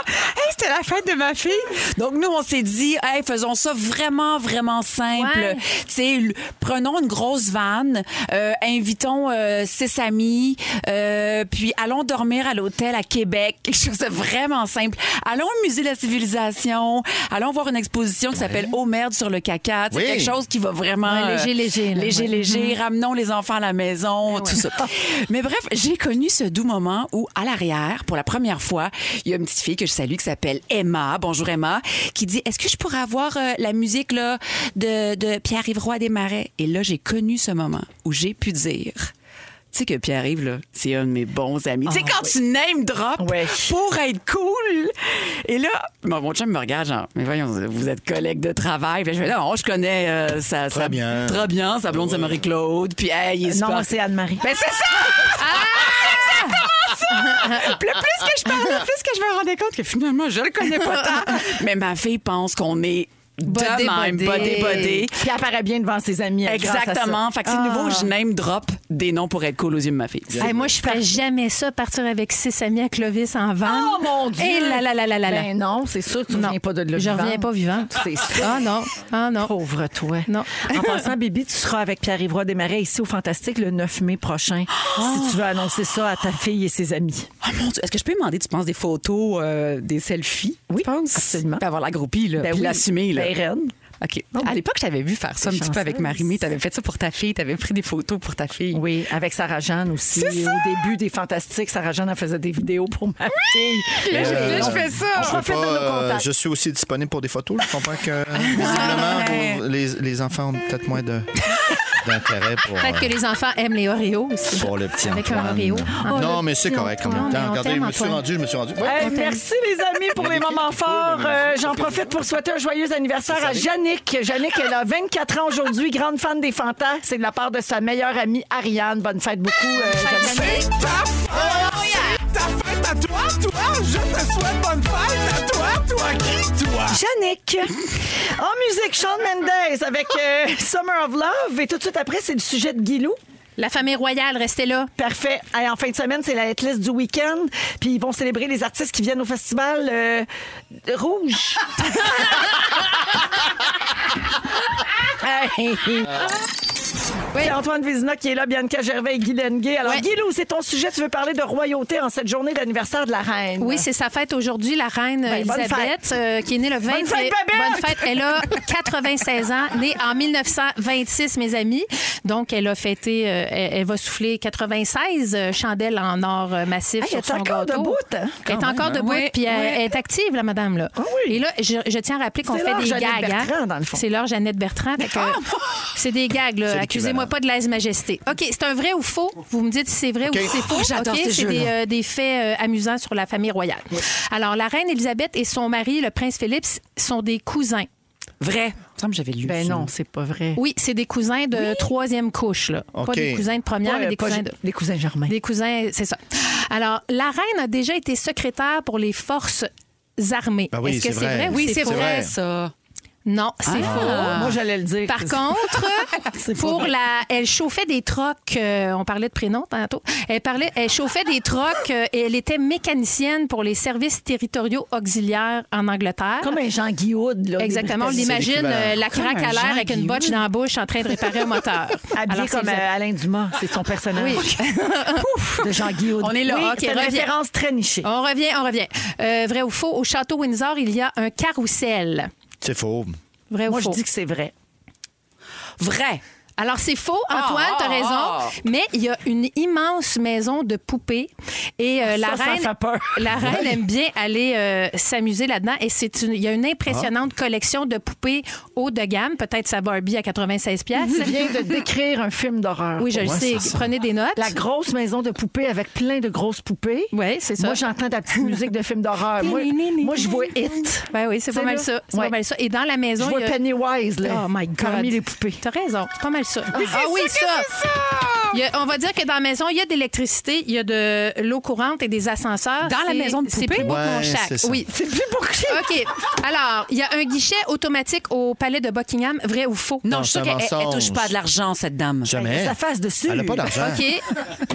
S6: Hey, c'était la fête de ma fille. Donc, nous, on s'est dit, hey, faisons ça vraiment, vraiment simple.
S4: Ouais.
S6: Tu sais, l- prenons une grosse vanne, euh, invitons euh, six amis, euh, puis allons dormir à l'hôtel à Québec. Quelque chose de vraiment simple. Allons au musée de la civilisation, allons voir une exposition qui s'appelle Au merde sur le caca. C'est
S2: Oui.
S6: quelque chose qui va vraiment. euh,
S4: Ouais, léger, léger, là,
S6: Léger,
S4: ouais.
S6: léger. Ramenons les enfants à la maison, tout ça. Mais bref, j'ai connu ce doux moment où, à l'arrière, pour la première fois, il y a une petite fille que je salue qui s'appelle Emma. Bonjour Emma. Qui dit Est-ce que je pourrais avoir euh, la musique là, de, de Pierre-Yves Roy des Marais Et là, j'ai connu ce moment où j'ai pu dire. Tu sais que Pierre-Yves, là, c'est un de mes bons amis. tu sais, quand tu name drop
S3: Ouais.
S6: pour être cool. Et là, mon, mon chum me regarde, genre, mais voyons, vous êtes collègues de travail. Puis je fais, non, je connais euh, sa,
S2: Très
S6: sa-
S2: bien.
S6: Très bien, sa blonde, c'est Marie-Claude. Puis, hey, il est
S3: Euh, Non,
S6: super-
S3: moi, c'est Ah! Anne-Marie.
S6: Ben, c'est ça! Puis le plus que je parlais, le plus que je me rendais compte que finalement, je le connais pas tant. Mais ma fille pense qu'on est de
S4: Bodé,
S6: même,
S4: bodé.
S6: bodé, bodé.
S3: Puis elle apparaît bien devant ses amis. euh, grâce à ça. Ah,
S6: Exactement. Fait que c'est nouveau, je name drop des noms pour être cool aux yeux de ma fille.
S4: Hey, moi, je ferais jamais ça, partir avec six amis à Clovis en van.
S3: Oh mon Dieu!
S4: Et là, là, là, là, là, là.
S3: Ben non, c'est sûr que tu ne reviens pas de là.
S4: Je
S3: vivante.
S4: reviens pas vivante.
S3: C'est sûr.
S4: Ah non, ah non.
S3: Pauvre toi.
S4: Non.
S3: En passant, Bibi, tu seras avec Pierre-Yves des Marais ici au Fantastique le 9 mai prochain. Si tu veux annoncer ça à ta fille et ses amis.
S6: Oh mon Dieu, est-ce que je peux demander, tu penses, des photos, euh, des selfies?
S3: Oui,
S6: tu penses?
S3: absolument.
S6: Puis avoir la groupie, là,
S3: Ben
S6: puis
S3: oui.
S6: l'assumer, là.
S3: Ben, reine.
S6: OK. À l'époque, je t'avais vu faire ça un petit peu avec Marie-Mé. T'avais fait ça pour ta fille. T'avais pris des photos pour ta fille.
S3: Oui, avec Sarah Jeanne aussi. Au début des Fantastiques, Sarah Jeanne elle faisait des vidéos pour ma fille. Euh,
S6: Là, je,
S4: Euh,
S6: là, je fais
S2: Je,
S6: ça.
S2: veux pas, euh, je suis aussi disponible pour des photos. Je comprends que
S3: Ah,
S2: euh, visiblement, vous- les, les enfants ont peut-être moins de- d'intérêt pour,
S4: Peut-être que
S2: euh,
S4: les enfants aiment les Oreos aussi.
S2: pour le petit
S4: Avec un
S2: Antoine.
S4: Oreo.
S3: Ah,
S2: non, mais c'est correct en même temps. Regardez, je me suis rendu, je me suis rendu. Ouais.
S3: Hey, Euh, merci les amis pour les moments forts. Euh, J'en profite pour souhaiter un joyeux anniversaire à Yannick. Yannick, elle a 24 ans aujourd'hui, grande fan des Fantas. C'est de la part de sa meilleure amie Ariane. Bonne fête beaucoup, euh, Yannick.
S8: C'est ta fête! C'est ta fête à toi, toi! Je te souhaite bonne fête à toi, toi qui, toi?
S3: Yannick. En musique, Sean Mendes avec euh, Summer of Love. Et tout de suite après, c'est le sujet de Guilou.
S4: La famille royale, restez là.
S3: Parfait. Hey, en fin de semaine, c'est la hitlist du week-end. Puis ils vont célébrer les artistes qui viennent au festival euh, rouge. Hey. C'est Antoine Vézina qui est là, Bianca Gervais et Guy Lenguet. Alors,
S4: Ouais.
S3: Guilou, c'est ton sujet. Tu veux parler de royauté en cette journée d'anniversaire de la reine.
S4: Oui, c'est sa fête aujourd'hui, la reine
S3: Ben, bonne
S4: Elisabeth,
S3: fête.
S4: euh, qui est née le 20
S3: Bonne fête, Babette!
S4: Bonne fête. Elle a 96 ans, née en 1926, mes amis. Donc, elle a fêté, euh, elle, elle va souffler 96 euh, chandelles en or euh,
S3: Hey,
S4: massif
S3: elle
S4: sur
S3: est
S4: son
S3: encore
S4: gâteau.
S3: debout, hein? Ah
S4: Elle est
S6: Quand
S4: encore
S6: même, hein?
S4: debout,
S6: Oui,
S4: puis elle,
S6: oui.
S4: elle est active, la madame. Là.
S3: oui.
S4: Et là, je, je tiens à rappeler qu'on
S3: C'est
S4: fait
S3: l'heure
S4: des
S3: Jeannette
S4: gags. hein.
S3: Bertrand, dans le fond.
S4: C'est l'heure Jeannette Bertrand. fait que, euh, C'est des gags, là. Accusez-moi pas de lèse-majesté. OK, c'est un vrai ou faux? Vous me dites si c'est vrai ou si c'est faux.
S6: j'adore
S4: OK,
S6: ces
S4: c'est
S6: jeux-là.
S4: des, euh, euh, des faits euh, amusants sur la famille royale. Alors, la reine Elisabeth et son mari, le prince Philippe, s- sont des cousins.
S6: Vrai. Il me semble que j'avais lu.
S3: Ben
S6: ça.
S3: non, c'est pas vrai.
S4: Oui, c'est des cousins de troisième couche, là. Pas
S2: OK.
S4: des cousins de première,
S3: Pas,
S4: mais
S3: euh,
S4: des
S3: pas
S4: cousins
S3: G-
S4: de...
S3: les cousins germains.
S4: Des cousins, c'est ça. Alors, la reine a déjà été secrétaire pour les forces armées.
S2: Ben oui,
S4: Est-ce que
S2: c'est
S4: c'est vrai,
S2: vrai.
S4: ou
S6: Oui, c'est
S4: faux?
S6: vrai,
S2: vrai.
S6: ça.
S4: Non, c'est faux.
S3: Moi, j'allais le dire.
S4: Ah. Par contre,
S3: C'est pas
S4: pour
S3: vrai.
S4: la, elle chauffait des trocs. euh, on parlait de prénoms tantôt. Elle parlait, elle chauffait des trocs euh, et elle était mécanicienne pour les services territoriaux auxiliaires en Angleterre.
S3: Comme un Jean Guillaud, là.
S4: Exactement, on
S3: des Britanniques.
S4: l'imagine
S2: l'équivalent.
S4: euh, la craque
S6: un
S4: à
S6: Jean
S4: l'air avec une
S6: Guillaume.
S4: botche dans la bouche en train de réparer un moteur.
S3: Habillé
S4: Alors, c'est
S3: comme euh,
S4: Elisabeth.
S3: Alain Dumas, c'est son personnage.
S4: Oui.
S3: Pouf, de Jean Guillaume.
S4: On est là,
S3: Oui,
S4: ok,
S3: c'est une
S4: reviens.
S3: référence très nichée.
S4: On revient, on revient. Euh, vrai ou faux, au château Windsor, il y a un carrousel.
S2: C'est faux.
S4: Vrai
S3: Moi,
S4: ou
S3: je
S4: faux?
S3: dis que c'est vrai.
S6: Vrai.
S4: Alors, c'est faux, Antoine,
S6: Ah,
S4: t'as
S6: ah,
S4: raison.
S6: ah.
S4: Mais il y a une immense maison de poupées. Et euh, la
S3: Ça, ça
S4: reine.
S3: fait peur.
S4: La reine aime bien aller euh, s'amuser là-dedans. Et c'est une- il y a une impressionnante
S3: Ah.
S4: collection de poupées haut de gamme. Peut-être sa Barbie à 96 pièces.
S3: Tu viens de décrire un film d'horreur.
S4: Oui, je le sais. Prenez des notes.
S3: La grosse maison de poupées avec plein de grosses poupées.
S4: Oui, c'est ça.
S3: Moi, j'entends de la petite musique de film d'horreur. moi, moi, je vois It.
S4: Ben oui, c'est
S3: Tu sais,
S4: pas mal
S3: là?
S4: ça. C'est
S3: Ouais.
S4: pas mal ça. Et dans la
S3: Je
S4: maison,
S3: vois
S4: il y a...
S3: Pennywise, là,
S4: Oh my God.
S3: parmi les poupées.
S4: T'as raison. C'est pas mal mal, ça. Ah, oui, ça. Il y a- on va dire que dans la maison, il y a de l'électricité, il y a de l'eau courante et des ascenseurs.
S6: Dans la
S4: C'est-
S6: maison de
S4: C'est
S6: poupée?
S4: plus beau que mon
S2: Ouais,
S4: chac.
S2: c'est ça.
S4: Oui.
S3: C'est plus pour qui?
S4: OK. Alors, il y a un guichet automatique au palais de Buckingham, vrai ou faux?
S6: Non,
S2: Non,
S6: je suis
S2: c'est
S6: sûre
S2: un
S6: qu'elle elle- elle touche
S2: mensonge. hein?
S6: pas à de l'argent, cette dame.
S2: Jamais.
S3: Sa face dessus.
S2: Elle n'a pas d'argent.
S4: OK.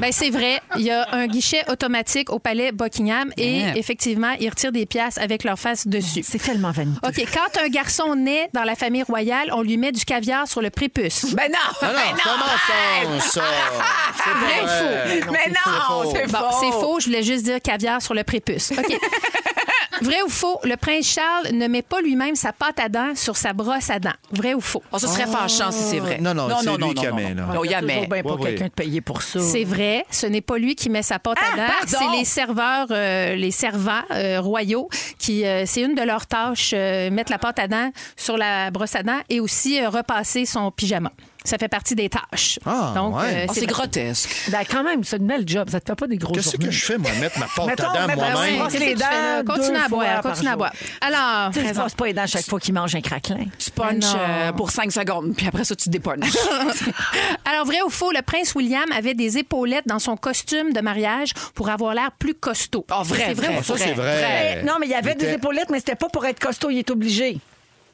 S4: Ben, c'est vrai. Il y a un guichet automatique au palais Buckingham et
S6: Ouais.
S4: effectivement, ils retirent des pièces avec leur face dessus.
S3: C'est tellement vaniteux.
S4: OK. Quand un garçon naît dans la famille royale, on lui met du caviar sur le prépuce.
S6: Ben non!
S2: Non, non, c'est un mensonge, ça. C'est pas
S4: Vrai ou
S2: vrai.
S6: Mais non, c'est
S4: Bon,
S6: faux.
S4: c'est faux, je voulais juste dire caviar sur le prépuce. OK. Vrai ou faux, le prince Charles ne met pas lui-même sa pâte à dents sur sa brosse à dents. Vrai ou faux?
S6: Oh, ça serait fâchant si c'est vrai.
S2: Non, non, c'est lui qui
S6: non,
S2: aimait, là.
S6: non. Non, il
S3: Toujours
S6: aimait.
S3: bien pour
S2: Ouais, ouais.
S3: quelqu'un de payer pour ça.
S4: C'est vrai, ce n'est pas lui qui met sa pâte
S3: Ah,
S4: à dents,
S6: pardon!
S4: c'est les serveurs, euh, les servants euh, royaux qui, euh, c'est une de leurs tâches, euh, mettre la pâte à dents sur la brosse à dents et aussi euh, repasser son pyjama. Ça fait partie des tâches. euh,
S2: Ah, ouais.
S6: Oh, c'est
S4: vrai.
S6: grotesque.
S3: Ben, quand même, c'est une belle job. Ça te fait pas des gros
S2: Qu'est-ce que je fais, moi, mettre ma porte
S3: Mettons,
S2: à dents
S3: mettons,
S4: Ben
S2: moi-même?
S3: ouais.
S4: Qu'est-ce que tu fais là?
S3: Deux
S4: Continue à
S3: fois
S4: boire,
S3: par
S4: continue à
S3: jour.
S4: bois. Alors,
S3: Tu ne
S4: raison.
S3: passes pas les dents chaque fois qu'il mange un craquelin.
S6: Tu punches
S4: non.
S6: euh, pour 5 secondes, puis après ça, tu dépunches.
S4: Alors, vrai ou faux, le prince William avait des épaulettes dans son costume de mariage pour avoir l'air plus costaud.
S6: Oh, vrai,
S4: C'est vrai
S6: vrai.
S4: ou
S2: Ah,
S4: faux?
S2: ça, c'est
S3: Eh,
S2: vrai.
S3: non, mais il y avait des
S2: était-
S3: épaulettes, mais c'était pas pour être costaud, il est obligé.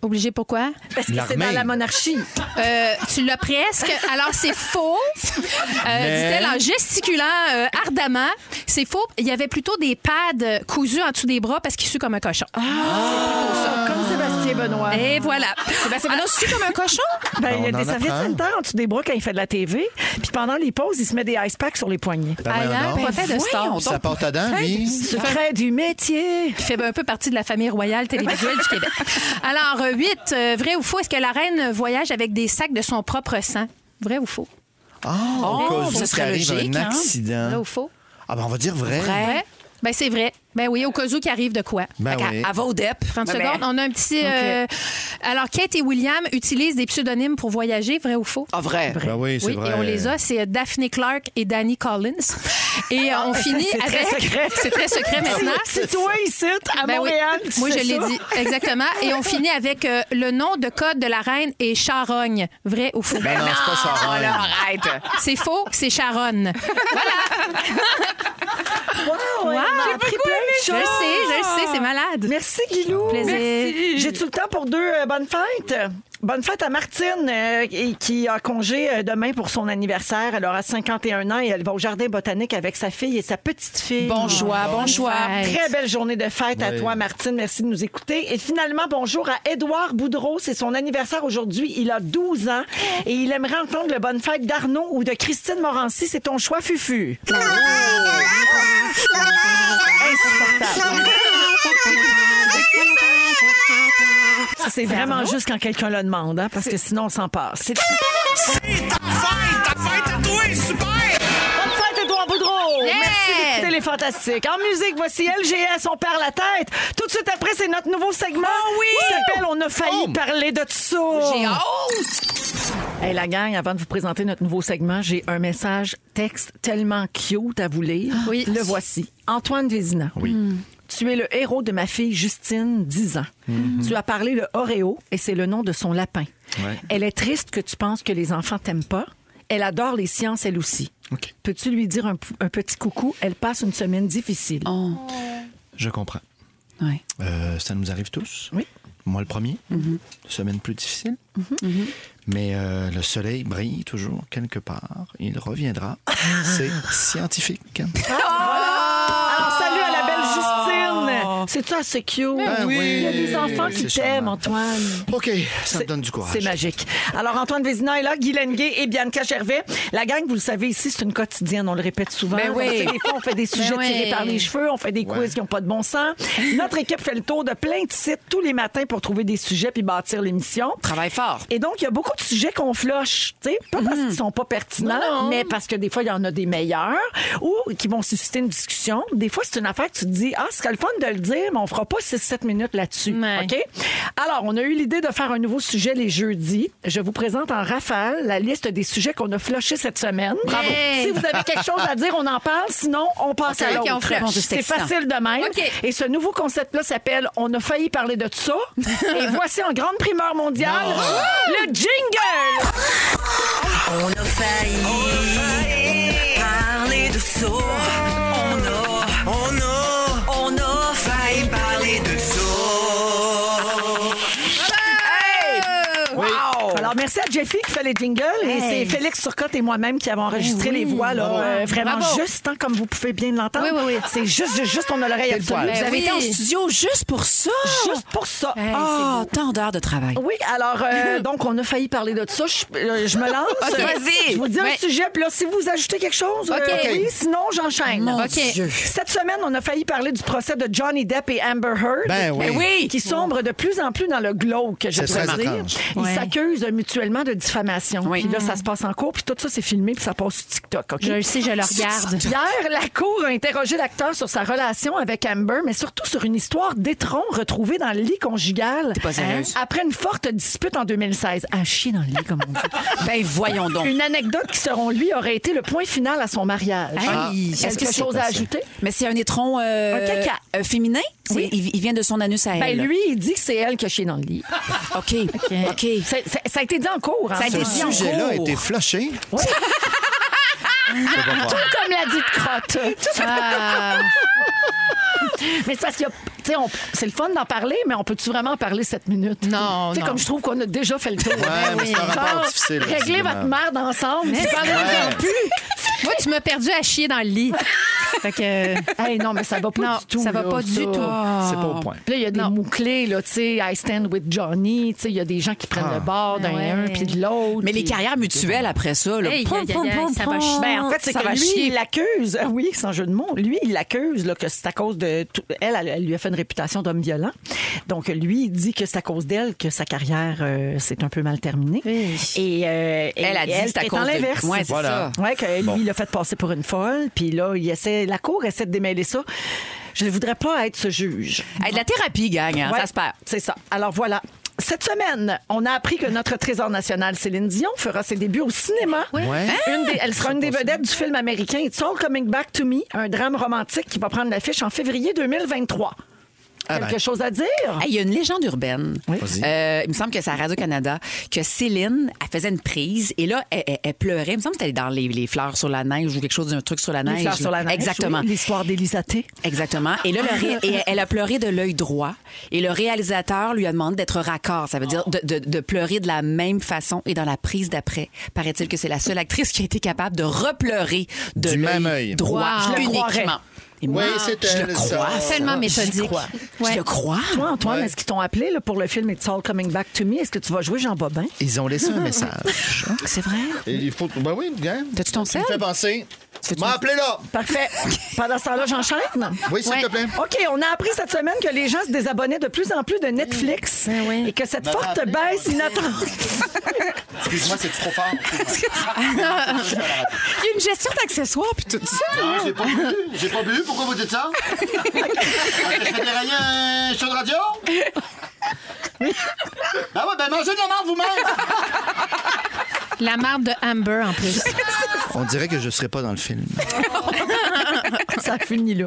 S4: Obligé pourquoi?
S3: Parce que c'est
S2: L'armée. Ben,
S3: dans la monarchie.
S4: Euh, tu l'as presque. Alors, c'est faux, euh,
S2: Mais-
S4: dit-elle en gesticulant euh, ardemment. C'est faux. Il y avait plutôt des pads cousus en dessous des bras parce qu'il sue comme un cochon.
S3: Comme Sébastien Benoît.
S4: Et voilà. Ah, Alors,
S6: su comme un cochon?
S3: Ben, il y a
S2: On
S3: des
S2: en
S3: serviettes
S2: apprend.
S3: sanitaires en dessous des bras quand il fait de la TV. Puis pendant les pauses, il se met des ice packs sur les poignets.
S2: Ben, voyons
S4: Ailleurs,
S2: donc.
S4: hein? pas fait de
S6: voyons
S4: star.
S6: donc.
S2: Sa porte à dents, lui.
S3: Secret du métier.
S4: qui fait un peu partie de la famille royale télévisuelle du Québec. Alors, 8, vrai ou faux, est-ce que la reine voyage avec des sacs de son propre sang? Vrai ou faux?
S2: Ah, au
S6: Oh,
S2: cas
S6: ça
S2: où qu'il
S6: serait
S2: arrive
S6: logique,
S2: un
S6: hein?
S4: Vrai
S2: accident.
S4: ou faux?
S2: Ah, ben, on va dire vrai.
S4: Vrai? Ben, c'est vrai. Ben oui, au cas où qui arrive de quoi.
S2: Ben oui.
S6: À Vaudep.
S4: 30
S6: Ben,
S4: secondes, hein?
S6: ben,
S4: on a un petit... euh, alors, Kate et William utilisent des pseudonymes pour voyager, vrai ou faux?
S6: Ah, vrai.
S2: Ben oui, c'est
S4: oui,
S2: vrai.
S4: et on les a, c'est euh, Daphne Clark et Danny Collins. Et euh, on finit
S3: c'est très
S4: avec...
S3: secret.
S4: C'est très secret maintenant.
S3: C'est toi ici, à
S4: Ben oui.
S3: Montréal. tu
S4: Moi,
S3: fais
S4: je l'ai
S3: ça.
S4: dit. Exactement. Et on finit avec euh, le nom de code de la reine est Charogne. Vrai ou faux?
S2: Ben non, c'est pas ça.
S6: Ah, là,
S2: Ryan.
S6: arrête.
S4: C'est faux, c'est Charonne.
S3: Wow, ouais, on a appris plein de
S4: Je le sais,
S3: choses.
S4: je le sais, c'est malade.
S3: Merci, Guilou.
S4: Plaisir. Merci.
S3: J'ai tout le temps pour deux euh, bonnes fêtes. Bonne fête à Martine, euh, et- qui a congé euh, demain pour son anniversaire. Elle aura 51 ans et elle va au jardin botanique avec sa fille et sa petite-fille.
S6: Bon choix, bon choix.
S4: fête.
S3: Très belle journée de fête à
S2: Oui.
S3: toi, Martine. Merci de nous écouter. Et finalement, bonjour à Édouard Boudreau. C'est son anniversaire aujourd'hui. Il a 12 ans et il aimerait entendre le bonne fête d'Arnaud ou de Christine Morancy. C'est ton choix, Fufu. Insupportable. Ça, c'est vraiment juste quand quelqu'un le demande, hein, parce que sinon, on s'en passe. C'est
S8: Ta fête à toi, super!
S3: bonne fête, Édouard Boudreau!
S4: Yeah!
S3: Merci d'écouter les fantastiques. En musique, voici LGS, on perd la tête. Tout de suite après, c'est notre nouveau segment qui s'appelle On a failli parler de tout ça.
S6: J'ai hâte.
S3: Hey, la gang, avant de vous présenter notre nouveau segment, j'ai un message texte tellement cute à vous lire.
S4: Oui.
S3: Le voici. Antoine Vézina. Oui. Tu es le héros de ma fille Justine, 10 ans. Tu as parlé de Oreo et c'est le nom de son lapin.
S2: Ouais.
S3: Elle est triste que tu penses que les enfants t'aiment pas. Elle adore les sciences, elle aussi.
S2: OK.
S3: Peux-tu lui dire un, p- un petit coucou? Elle passe une semaine difficile.
S2: Oh. Je comprends.
S6: Ouais.
S2: Euh, ça nous arrive tous.
S3: Oui. Mhm.
S2: Moi, le premier. Semaine plus difficile. Mais euh, le soleil brille toujours quelque part. Il reviendra.
S3: Ah.
S2: C'est scientifique.
S3: Alors, salut à la belle Justine! C'est-tu assez cute?
S2: Ah. Ben oui.
S3: Il y a des enfants qui
S2: C'est
S3: t'aiment,
S2: charmant. Ah,
S3: Antoine.
S2: OK, ça me
S3: C'est-
S2: donne du courage.
S3: C'est magique. Alors, Antoine Vézina est là, Guy Lenguet et Bianca Gervais. La gang, vous le savez, ici, c'est une quotidienne. On le répète souvent.
S6: Ben oui.
S3: Tu sais, Des fois, on fait des sujets
S4: oui.
S3: tirés par les cheveux, on fait des
S2: Ouais.
S3: quiz qui n'ont pas de bon sens. Notre équipe fait le tour de plein de sites tous les matins pour trouver des sujets puis bâtir l'émission.
S6: Travaille fort.
S3: Et donc, il y a beaucoup de sujets qu'on floche, tu sais, pas parce
S4: Mhm.
S3: qu'ils sont pas pertinents, mais parce que des fois, il y en a des meilleurs ou qui vont susciter une discussion. Des fois, c'est une affaire que tu te dis, ah, ce serait le fun de le dire, mais on fera pas 6-7 minutes là-dessus.
S4: Ouais.
S3: OK? Alors, on a eu l'idée de faire un nouveau sujet les jeudis. Je vous présente en rafale la liste des sujets qu'on a flochés cette semaine.
S4: Bravo.
S3: Si vous avez quelque chose à dire, on en parle. Sinon, on passe à
S4: Ok, on
S3: l'autre.
S4: floche. Mon Dieu,
S6: c'est
S3: C'est
S6: excitant.
S3: facile de même.
S4: OK.
S3: Et ce nouveau concept-là s'appelle On a failli parler de tout ça. Et voici en grande primeur mondiale le jingle.
S5: failli parler de ça. On a, on a, on a failli parler de ça.
S3: Alors, merci à Jeffy qui fait les jingles. Et c'est Félix Turcotte et moi-même qui avons enregistré les voix, là, euh, vraiment
S4: Bravo.
S3: juste, hein, comme vous pouvez bien l'entendre.
S4: Oui, oui, oui.
S3: C'est juste, juste, juste, on a l'oreille absolue.
S4: Ben
S6: Vous avez
S4: oui.
S6: été en studio juste pour ça?
S4: Ben
S3: Juste pour ça.
S4: Hey,
S6: Ah, tant d'heures de travail.
S3: Oui, alors, euh, donc, on a failli parler de ça. Je, euh, je me lance.
S6: Ok, vas-y.
S3: Je vous dis
S4: Ouais.
S3: un sujet, puis là, si vous ajoutez quelque chose, euh,
S4: Ok.
S3: oui, sinon, j'enchaîne.
S4: OK. Dieu.
S3: Cette semaine, on a failli parler du procès de Johnny Depp et Amber Heard.
S2: Ben oui. Ben
S6: oui.
S3: Qui sombre de plus en plus dans le glauque, je
S2: C'est
S3: pourrais
S2: très
S3: dire.
S2: étrange.
S3: Ils
S4: Ouais.
S3: s'accusent mutuellement de diffamation.
S6: Oui.
S3: Puis là, ça se passe en cours, puis tout ça, c'est filmé, puis ça passe sur TikTok, OK?
S4: Je le sais, je le regarde.
S3: Hier, la Cour a interrogé l'acteur sur sa relation avec Amber, mais surtout sur une histoire d'étron retrouvée dans le lit conjugal
S6: pas sérieuse.
S3: Hein? après une forte dispute en 2016. À chier dans le lit, comme on dit.
S6: Ben voyons donc.
S3: Une anecdote qui, selon lui, aurait été le point final à son mariage.
S6: Ah.
S3: Est-ce
S6: Est-ce
S3: que
S6: que c'est
S3: chose à
S6: possible?
S3: ajouter?
S6: Mais c'est un étron euh,
S3: Un caca.
S6: euh, féminin? C'est-
S3: Oui.
S6: Il, il vient de son anus à
S3: Ben
S6: elle.
S3: lui, il dit que c'est elle qui a chié dans le lit.
S6: OK. OK.
S3: C'est- c'est- ça a été dit en cours. hein.
S6: Ça a été
S2: Ce
S6: dit en
S2: sujet-là a
S6: cours.
S2: été flushé. Je peux pas croire.
S3: Comme la dite crotte. Ah. Mais c'est parce qu'il y a. tu sais, on- C'est le fun d'en parler, mais on peut-tu vraiment en parler 7 minutes?
S4: Non,
S3: Tu sais,
S4: non.
S3: comme je trouve qu'on a déjà fait le tour.
S2: Ouais, mais c'est un rapport difficile,
S3: Régler
S2: visiblement.
S3: votre merde ensemble.
S4: Mais
S3: c'est
S4: c'est
S3: quand même
S4: vrai.
S3: bien plus.
S4: Moi, tu m'as perdu à chier dans le lit. fait que.
S3: Hey, non, mais ça va pas
S4: Non,
S3: du tout.
S4: ça va
S3: là,
S4: pas du tout.
S2: Ah. C'est pas au point.
S3: Puis là, il y a des mots-clés, là, tu sais, I stand with Johnny, tu sais, il y a des gens qui prennent
S2: Ah.
S3: le bord d'un
S4: Ouais.
S3: un puis de l'autre.
S6: Mais les
S3: puis-
S6: carrières mutuelles après ça, là.
S4: Hey,
S6: Poum,
S4: aïe, aïe,
S6: poum,
S4: aïe,
S6: poum,
S4: ça va
S6: poum.
S4: chier.
S3: Ben, en fait, c'est
S6: Ça
S3: que
S6: va
S3: lui,
S6: chier.
S3: il l'accuse. Ah Oui, sans jeu de mots. Lui, il l'accuse là, que c'est à cause de. tout- Elle, elle, elle lui a fait une réputation d'homme violent. Donc, lui, il dit que c'est à cause d'elle que sa carrière euh, s'est un peu mal terminée.
S4: Oui.
S3: Et, euh, et
S6: Elle a dit c'est à
S3: est
S6: cause
S3: en
S6: de-
S3: l'inverse.
S6: Ouais, c'est
S2: Voilà.
S6: ça.
S3: Ouais, que lui,
S2: Bon.
S3: il l'a fait passer pour une folle. Puis là, il essaie, la cour essaie de démêler ça. Je ne voudrais pas être ce juge.
S6: Hey, de la thérapie, gang, hein,
S3: Ouais,
S6: ça se perd.
S3: C'est ça. Alors voilà. Cette semaine, on a appris que notre trésor national Céline Dion fera ses débuts au cinéma.
S2: Ouais.
S6: Hein?
S3: Une des- elle sera une des vedettes du film américain It's All Coming Back to Me, un drame romantique qui va prendre l'affiche en février 2023.
S2: Ah ben.
S3: Quelque chose à dire?
S6: Hey, Il y a une légende urbaine.
S2: Vas-y.
S6: Euh, il me semble que c'est à Radio-Canada que Céline, elle faisait une prise et là, elle, elle- elle pleurait. Il me semble que c'était dans les, les fleurs sur la neige ou quelque chose d'un truc sur la neige.
S3: Les fleurs sur la neige,
S6: Exactement.
S3: oui, L'histoire d'Elisa T.
S6: Exactement. Et là, le ré- et elle a pleuré de l'œil droit. Et le réalisateur lui a demandé d'être raccord. Ça veut dire de, de- de pleurer de la même façon et dans la prise d'après. Paraît-il que c'est la seule actrice qui a été capable de repleurer de
S2: Du
S6: l'œil
S2: même œil.
S6: droit
S4: Wow.
S3: Je le
S6: uniquement.
S3: croirais.
S6: Et moi,
S2: Oui, c'est
S6: je
S2: elle,
S6: le crois.
S2: ça.
S6: ça.
S4: Tellement méthodique.
S3: crois.
S6: Je le crois.
S3: Toi, Ah, Antoine,
S2: Ouais.
S3: est-ce qu'ils t'ont appelé là, pour le film It's All Coming Back to Me? Est-ce que tu vas jouer Jean Bobin?
S2: Ils ont laissé un message.
S6: C'est vrai.
S2: Et il faut. Ben oui, gang.
S6: T'as-tu ton
S2: Tu
S6: sel?
S2: me fais penser. M'appelez là.
S3: Parfait. Pendant ce temps-là, j'enchaîne.
S2: Oui, s'il te plaît.
S3: OK, on a appris cette semaine que les gens se désabonnaient de plus en plus de Netflix
S4: Ben oui.
S3: et que cette forte baisse inattendue.
S2: Excuse-moi, c'est trop fort.
S6: Il y a une gestion d'accessoires puis tout ça.
S2: Ah, J'ai pas bu. J'ai pas bu. Pourquoi vous dites ça? Je fais dérailler un show de radio? Ah ouais, ben mangez de la marde vous-même!
S4: La marde de Amber, en plus.
S2: On dirait que je serais pas dans le film.
S3: ça finit là.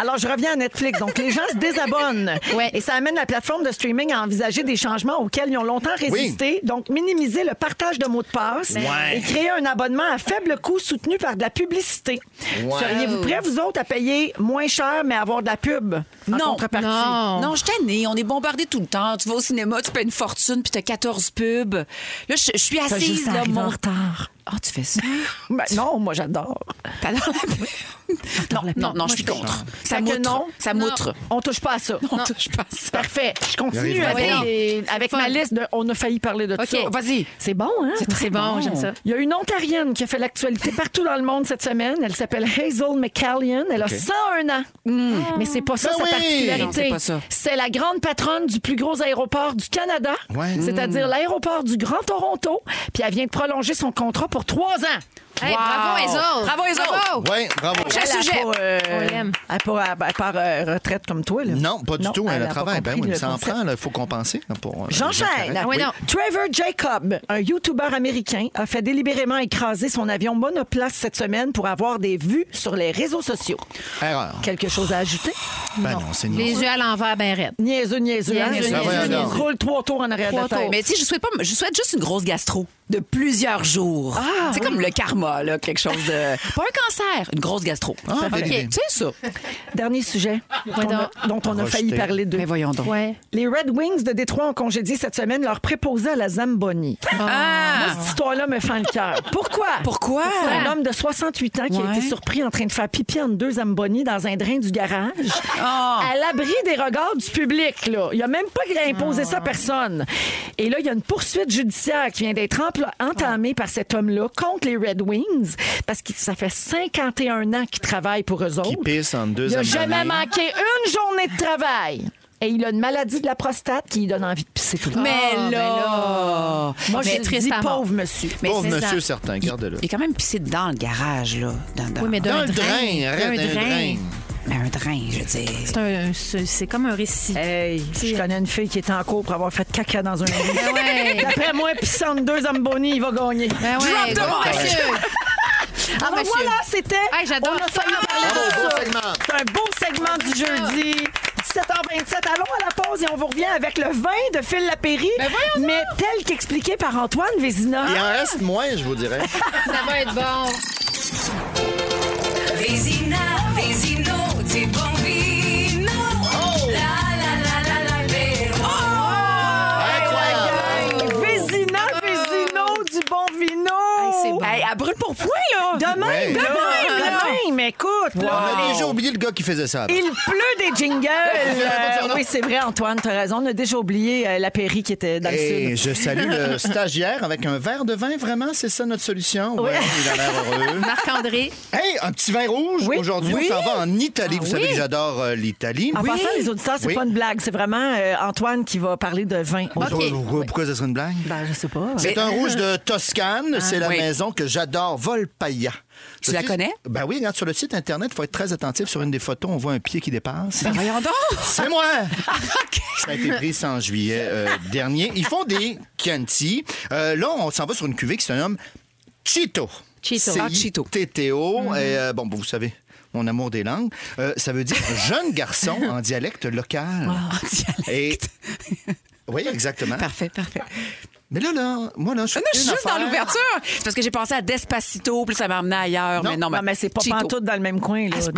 S3: Alors, je reviens à Netflix. Donc, les gens se désabonnent.
S4: Ouais.
S3: Et ça amène la plateforme de streaming à envisager des changements auxquels ils ont longtemps résisté. Donc, minimiser le partage de mots de passe
S2: Ouais.
S3: et créer un abonnement à faible coût soutenu par de la publicité.
S2: Ouais.
S3: Seriez-vous prêts, vous autres, à payer moins cher, mais avoir de la pub en
S6: Non.
S3: contrepartie?
S4: Non.
S6: Non, je t'année, on est bombardé tout le temps. Tu vas au cinéma, tu payes une fortune, puis t'as 14 pubs. Là, je, je suis
S3: T'as
S6: assise,
S3: juste à
S6: là,
S3: arriver en
S6: mon...
S3: retard.
S6: Ah, tu fais ça?
S3: Ben non, moi, j'adore.
S6: T'adores la pub? Non,
S3: la pub.
S6: non, non,
S3: Moi,
S6: je suis
S3: je-
S6: contre. Ça
S3: Fait que
S6: moutre.
S3: non.
S6: Ça
S4: Non.
S6: moutre.
S3: On touche pas à ça.
S6: On touche pas à ça.
S3: Parfait. Je
S2: Il
S3: continue
S2: arrive
S3: avec,
S4: pas.
S3: les- avec
S4: Fun.
S3: ma liste de On a failli parler de tout
S4: OK,
S3: ça.
S6: vas-y.
S3: C'est bon, hein?
S4: C'est très bon, j'aime ça.
S3: Il y a une Ontarienne qui a fait l'actualité partout dans le monde cette semaine. Elle s'appelle Hazel McCallion. Elle a 101 ans. Mais c'est pas ça
S2: Ben
S3: sa
S2: oui!
S3: particularité.
S6: Non, c'est pas ça.
S3: C'est la grande patronne du plus gros aéroport du Canada,
S2: Ouais.
S3: c'est-à-dire l'aéroport du Grand Toronto. Puis elle vient de prolonger son contrat pour trois ans.
S9: Hey, bravo,
S6: Wow.
S9: les autres.
S6: Bravo, les autres.
S9: Bravo.
S2: Oui, bravo.
S6: Quel
S3: Elle a
S6: sujet?
S3: pas, euh,
S4: On l'aime.
S3: Elle a pas à, à part, euh, retraite comme toi. Là.
S2: Non, pas du tout. hein,
S3: elle
S2: le
S3: a pas
S2: travail, ben
S3: compris
S2: oui,
S3: le
S2: ça en
S3: concept.
S2: prend. Il faut compenser. là, pour, euh, les
S3: J'enchaîne. Ah
S2: intérêts.
S9: oui, non.
S3: Trevor Jacob, un YouTuber américain, a fait délibérément écraser son avion monoplace cette semaine pour avoir des vues sur les réseaux sociaux.
S2: Erreur.
S3: Quelque chose à ajouter?
S2: Ben non, c'est
S9: Les
S2: nul.
S9: yeux à l'envers, ben raides.
S3: Niaiseux, niaiseux. hein?
S9: Niaiseux,
S2: Ça, niaiseux, voyons niaiseux. donc.
S3: Roule trois tours en arrière de la
S9: Trois
S3: tête.
S9: tours.
S6: Mais tu sais, je souhaite pas, je souhaite juste une grosse gastro de plusieurs jours. c'est comme le karma, là, quelque chose de. Ah, Pas un cancer, une grosse gastro.
S2: Ah, belle
S6: OK.
S2: idée.
S6: C'est ça.
S3: Dernier sujet qu'on a- dont on a failli
S2: Rejeté.
S3: parler de.
S6: Mais voyons donc.
S9: Ouais.
S3: Les Red Wings de Détroit ont congédié cette semaine leur préposé à la Zamboni.
S6: Ah!
S3: Cette histoire-là me fend le cœur. Pourquoi?
S6: Pourquoi?
S3: C'est un homme de 68 ans qui a
S6: Ah. Ouais.
S3: été surpris en train de faire pipi en deux Zamboni dans un drain du garage,
S6: Ah.
S3: à l'abri des regards du public. Là. Il a même pas imposé
S6: Ah.
S3: ça à personne. Et là, il y a une poursuite judiciaire qui vient d'être empla- entamée
S6: Ah.
S3: par cet homme-là contre les Red Wings, parce que ça fait 51 ans qu'il travaille pour eux autres.
S2: Qui pisse en deux
S3: Il n'a jamais
S2: abdominaux.
S3: manqué une journée de travail. Et il a une maladie de la prostate qui lui donne envie de pisser tout le temps. Ah, ben
S6: Mais là.
S3: Moi,
S6: mais
S3: je le
S9: triste
S3: dis
S9: à mort.
S3: pauvre monsieur.
S6: Mais
S2: Pauvre
S6: c'est ça.
S2: monsieur certain, garde-le.
S6: Il est quand même pissé dans le garage, là. Dans, dans-
S9: Oui, mais
S2: Dans
S9: d'un
S2: le drain, arrête,
S9: D'un
S2: dans le drain.
S6: mais un drain, je veux dire.
S9: C'est un- C'est c'est comme un récit.
S3: Hey, je connais une fille qui est en cours pour avoir fait caca dans un lit.
S9: Ben ouais.
S3: D'après moi, pissant de deux Zamboni, il va gagner.
S9: Ben ouais.
S6: Drop the
S9: Bon,
S6: mic.
S9: monsieur.
S3: Alors
S9: Ah, monsieur.
S3: voilà, c'était.
S9: Hey, j'adore
S3: On a
S9: ça.
S3: failli parler
S2: Bravo,
S3: de
S2: beau
S3: ça.
S2: segment.
S3: C'est un beau segment du jeudi. 17h27, allons à la pause et on vous revient avec le vin de Phil Lapéry,
S9: Ben
S3: mais tel qu'expliqué par Antoine Vézina.
S2: Il en reste moins, je vous dirais.
S9: Ça va être bon.
S5: Vésina, Vésino, c'est bon vino. La la la la la l'apéro.
S2: Incroyable.
S3: Vézina, Vézino, du bon vino.
S9: Ah. c'est bon.
S6: Hey, elle brûle pour point, là.
S3: Demain,
S2: Ouais.
S3: demain, demain, mais écoute,
S2: On
S3: là,
S2: a déjà oublié le gars qui faisait ça.
S3: il pleut des jingles.
S2: c'est
S3: Euh, oui, c'est vrai, Antoine, t'as raison. On a déjà oublié euh, la Péry qui était dans
S2: Et
S3: le sud.
S2: je salue le stagiaire avec un verre de vin, vraiment, c'est ça notre solution? Ouais, il a l'air heureux.
S9: Marc-André.
S2: Hey, un petit vin rouge.
S3: Oui.
S2: Aujourd'hui,
S3: Oui. Ah
S2: on s'en va en Italie. Vous savez que j'adore euh, l'Italie.
S3: En passant, les auditeurs, c'est
S2: Oui. Ah,
S3: pas une blague. C'est vraiment euh, Antoine qui va parler de vin.
S2: Pourquoi, pourquoi- pourquoi ça serait une blague?
S3: Ben, je sais pas.
S2: C'est un rouge de Toscane. c'est la
S6: Ah, oui.
S2: maison que j'adore, Volpaia.
S6: Tu
S2: Le
S6: la
S2: site-
S6: connais?
S2: Ben oui, regarde, sur le site Internet, il faut être très attentif. Sur une des photos, on voit un pied qui dépasse.
S6: Voyons donc.
S2: C'est moi! Ça a été pris en juillet euh, dernier. Ils font des Chianti. Euh, là, on s'en va sur une cuvée qui se nomme Cheeto.
S9: Cheeto.
S2: C'est
S6: Ah, Cheeto.
S2: TTO.
S6: Ah,
S2: Et,
S6: Mhm.
S2: euh, bon, vous savez, mon amour des langues. Euh, ça veut dire jeune garçon en dialecte local.
S6: En dialecte.
S2: Et... Oui, exactement.
S6: Parfait, parfait.
S2: Mais là, là, moi, là, je suis
S6: Ah Non, je suis
S2: une
S6: juste dans
S2: affaire.
S6: l'ouverture. C'est parce que j'ai pensé à Despacito, puis ça m'a emmené ailleurs.
S2: Non,
S6: mais non,
S3: Non, mais c'est pas
S6: Cheeto.
S3: pantoute dans le même coin, là.
S6: Ah, c'est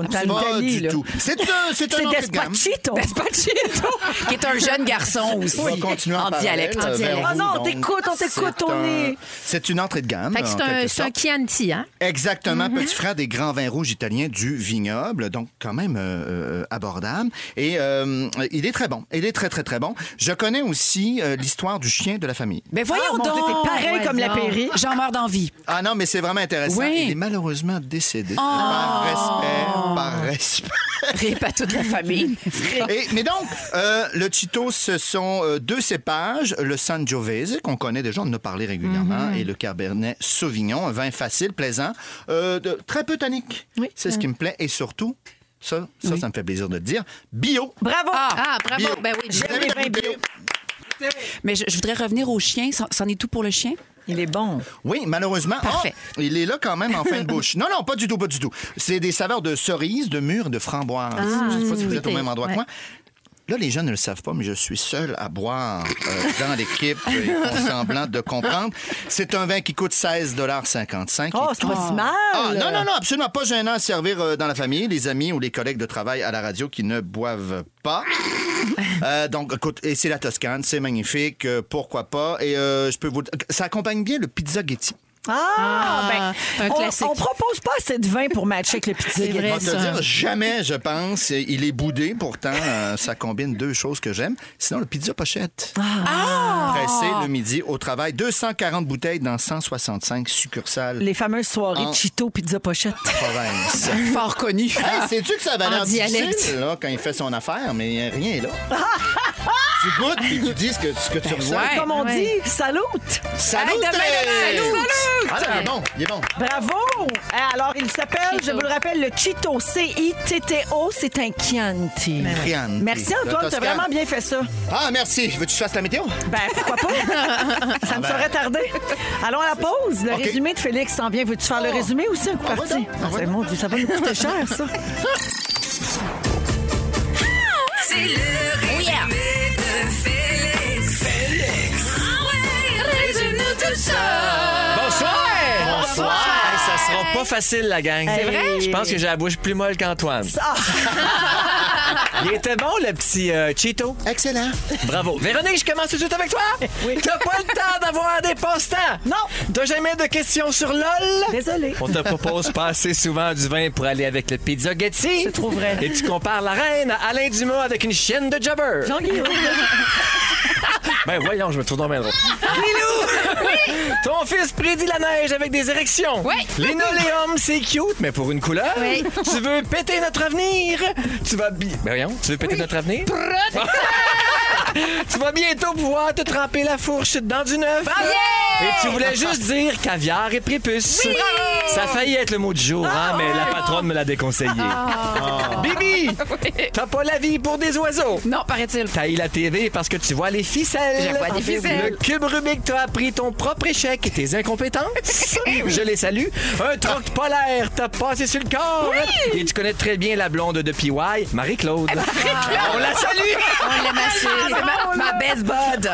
S3: Despacito. On est en
S6: absolument.
S2: Pas
S3: Italie,
S2: du
S3: là.
S2: tout. C'est un, c'est un
S3: C'est
S2: entrée de gamme.
S3: Despacito.
S6: Despacito, qui est un jeune garçon aussi.
S2: On va continuer en,
S6: en
S2: parallèle,
S6: dialecte.
S2: euh, vers
S9: dialecte.
S3: Ah
S2: vous,
S3: non, on
S2: donc.
S3: t'écoute, on t'écoute,
S2: C'est
S3: on
S2: un-
S3: est-
S2: C'est une entrée de gamme.
S9: Fait que c'est
S2: en
S9: un-
S2: quelque
S9: c'est un,
S2: sorte.
S9: Chianti, hein?
S2: Exactement, petit frère des grands vins rouges italiens du vignoble, donc quand même euh, euh, abordable. Et euh, il est très bon, il est très très très bon. Je connais aussi euh, l'histoire du chien de la famille.
S6: Mais Ben, voyons
S3: Ah, mon Dieu,
S6: donc. Ah.
S3: t'es pareil
S9: ouais,
S3: comme la
S9: non.
S3: Péry.
S6: J'en meurs d'envie.
S2: Ah non, mais c'est vraiment intéressant.
S6: Oui.
S2: Il est malheureusement décédé. Par respect, par respect.
S6: Rip à toute la famille.
S2: Et- mais donc, euh, le Cheeto, ce sont euh, deux cépages, le Sangiovese, qu'on connaît déjà, on en a parlé
S9: Mm-hmm.
S2: régulièrement, et le Cabernet Sauvignon, un vin facile, plaisant, euh, de- très peu tannique. C'est ce
S9: euh.
S2: qui me plaît. Et surtout, ça, ça, ça me fait plaisir de le dire, bio.
S3: Bravo!
S9: Ah, bravo.
S2: Bio.
S9: Ben oui,
S2: Je
S9: bravo.
S2: l'avais
S3: les vins
S2: goûté.
S3: bio.
S6: Mais je, je voudrais revenir au chien. C'en c'en est tout pour le chien?
S3: Il est bon.
S2: Oui, malheureusement.
S6: Parfait.
S2: Ah, il est là quand même en fin de bouche. Non, non, pas du tout, pas du tout. C'est des saveurs de cerise, de mûre, de framboise.
S3: Ah,
S2: je ne sais pas si vous êtes au
S9: fruité.
S2: même endroit que
S9: Ouais.
S2: moi. Là, les gens ne le savent pas, mais je suis seul à boire euh, dans l'équipe et ils font semblant de comprendre. C'est un vin qui coûte 16,55
S3: Oh, c'est pas si mal.
S2: ah, non, non, non, absolument pas gênant à servir euh, dans la famille, les amis ou les collègues de travail à la radio qui ne boivent pas. Euh, donc, écoute, et c'est la Toscane, c'est magnifique, euh, pourquoi pas. Et euh, je peux vous ça accompagne bien le pizza Getty.
S3: Ah,
S9: Ah,
S3: ben,
S9: un
S3: on,
S9: classique.
S3: on propose pas assez de vin pour matcher avec le petit
S9: vrai.
S2: Je vais te
S9: Ça.
S2: dire, jamais, je pense. Et Il est boudé, pourtant, euh, ça combine deux choses que j'aime. Sinon, le pizza pochette.
S9: Ah.
S2: Ah! Pressé le midi au travail. 240 bouteilles dans 165 succursales
S3: Les fameuses soirées
S2: En-
S3: Cheeto pizza pochette.
S2: de province.
S6: Fort connu.
S2: Hey, sais-tu que ça va
S6: En
S2: l'air
S6: dialecte.
S2: difficile là, quand il fait son affaire, mais rien là.
S10: tu goûtes puis tu dis ce que, ce que tu ressens.
S6: Ben ouais.
S3: Comme on
S9: Ouais.
S3: dit, salute!
S10: Salut!
S6: Hey, demain,
S10: hey!
S6: demain, salut!
S10: Ah, non, non, il est bon.
S3: Bravo! Eh, Alors, il s'appelle, je vous le rappelle, le Cheeto. C-I-T-T-O. C'est un Chianti.
S2: Chianti.
S3: Merci,
S10: Le
S3: Antoine. T'as
S10: Toscane.
S3: vraiment bien fait ça.
S10: Ah, merci. Veux-tu que je fasse la météo?
S3: Ben, pourquoi pas? ça me serait tardé. Allons à la pause. Le
S10: OK.
S3: résumé de Félix s'en vient. Veux-tu faire le résumé aussi, un coup
S10: Ah,
S3: parti?
S10: ouais, donc. Ah, ouais,
S3: c'est mon Dieu, ça va nous coûter cher, ça.
S5: C'est le résumé de Félix. Félix. Ah ouais, résume-nous tout ça.
S11: Bonsoir!
S10: Bonsoir.
S11: Hey, ça sera pas facile, la gang.
S3: C'est vrai?
S11: Je pense que j'ai la bouche plus molle qu'Antoine.
S3: Ah!
S11: Il était bon, le petit euh, Cheeto.
S10: Excellent.
S11: Bravo. Véronique, je commence tout de suite avec toi. T'as pas le temps d'avoir des passe-temps.
S3: Non.
S11: T'as jamais de questions sur LOL?
S3: Désolée.
S11: On te propose pas assez souvent du vin pour aller avec le Pizza Getty.
S3: C'est trop vrai.
S11: Et tu compares la reine à Alain Dumas avec une chienne de jobber.
S3: Jean-Guillaume.
S11: Ben voyons, je me trouve dans mes drôle. Ton fils prédit la neige avec des érections.
S4: Oui.
S11: Linoléum, c'est cute, mais pour une couleur.
S4: Oui.
S11: Tu veux péter notre avenir. Tu vas... bi- Ben voyons, tu veux péter notre avenir? Ah. tu vas bientôt pouvoir te tremper la fourche dans du neuf. Et tu voulais juste dire caviar et prépuce. Ça a failli être le mot du jour, hein, mais la patronne me l'a déconseillé. Bibi, t'as pas la vie pour des oiseaux.
S6: Non, paraît-il.
S11: T'as eu la TV parce que tu vois les ficelles.
S6: Je vois des ficelles.
S11: Le cube Rubik t'a appris ton propre échec et tes incompétences. Je les salue. Un troc polaire t'a passé sur le corps. Et tu connais très bien la blonde de PY, Marie-Claude.
S6: Eh,
S11: On la salue.
S6: On
S2: Ah,
S6: l'aime assez. C'est ma, ma best bud.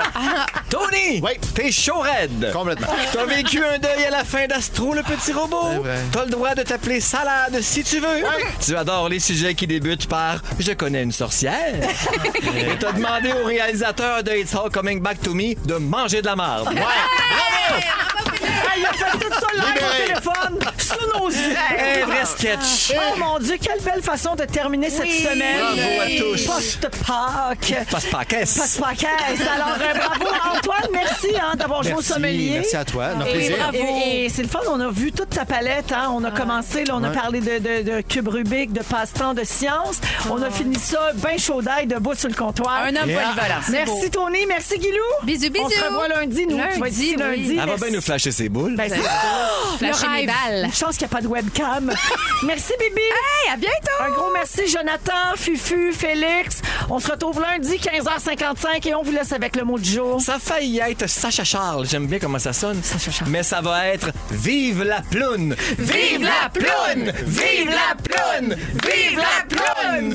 S11: Tony,
S10: Oui.
S11: t'es chaud raide.
S10: Complètement.
S11: T'as vécu un deuil à la fin d'Astro, le petit robot.
S10: vrai.
S11: T'as le droit de t'appeler Salade si tu veux. Tu adores les sujets qui débutent par Je connais une sorcière. Et t'as demandé au réalisateur de It's All Coming Back to Me de manger de la marde.
S10: Ouais. Bravo!
S3: Hey, il a fait tout ça live au
S10: Libéré.
S3: téléphone, sous nos yeux. Eh,
S11: Un vrai sketch.
S3: Oh mon Dieu, quelle belle façon de terminer cette semaine.
S11: Bravo à tous.
S3: Post-Pâques.
S11: Passe pas à caisse.
S3: Passe pas caisse. Alors, euh, bravo Antoine, merci hein, d'avoir joué au
S2: Merci,
S3: sommelier.
S2: merci à toi. Notre
S3: Et-
S2: plaisir. Ah.
S3: Et, et c'est le fun, on a vu toute ta palette. hein. On a commencé, là, on a parlé de, de- de cube Rubik, de passe-temps, de science. On
S2: Ah.
S3: a fini ça bien chaud d'ail, debout sur le comptoir.
S6: Un homme polyvalent.
S3: Merci Tony, merci Guilou.
S9: Bisous, bisous.
S3: On se revoit lundi, nous. tu vas être ici
S9: Lundi, oui.
S3: lundi.
S11: Elle va
S3: Merci.
S11: bien nous flasher ses boules.
S3: Ben, c'est
S4: Ah!
S9: Lâchez
S3: Le
S9: mes
S3: rêve.
S9: balles.
S3: Une chance qu'il n'y a pas de webcam. merci, Bibi.
S6: Hey, à bientôt.
S3: Un gros merci, Jonathan, Fufu, Félix. On se retrouve lundi, 15h55, et on vous laisse avec le mot du jour.
S11: Ça faillit être Sacha Charles. J'aime bien comment ça sonne. Sacha Charles. Mais ça va être Vive la ploune! Vive la ploune! Vive la ploune! Vive la ploune!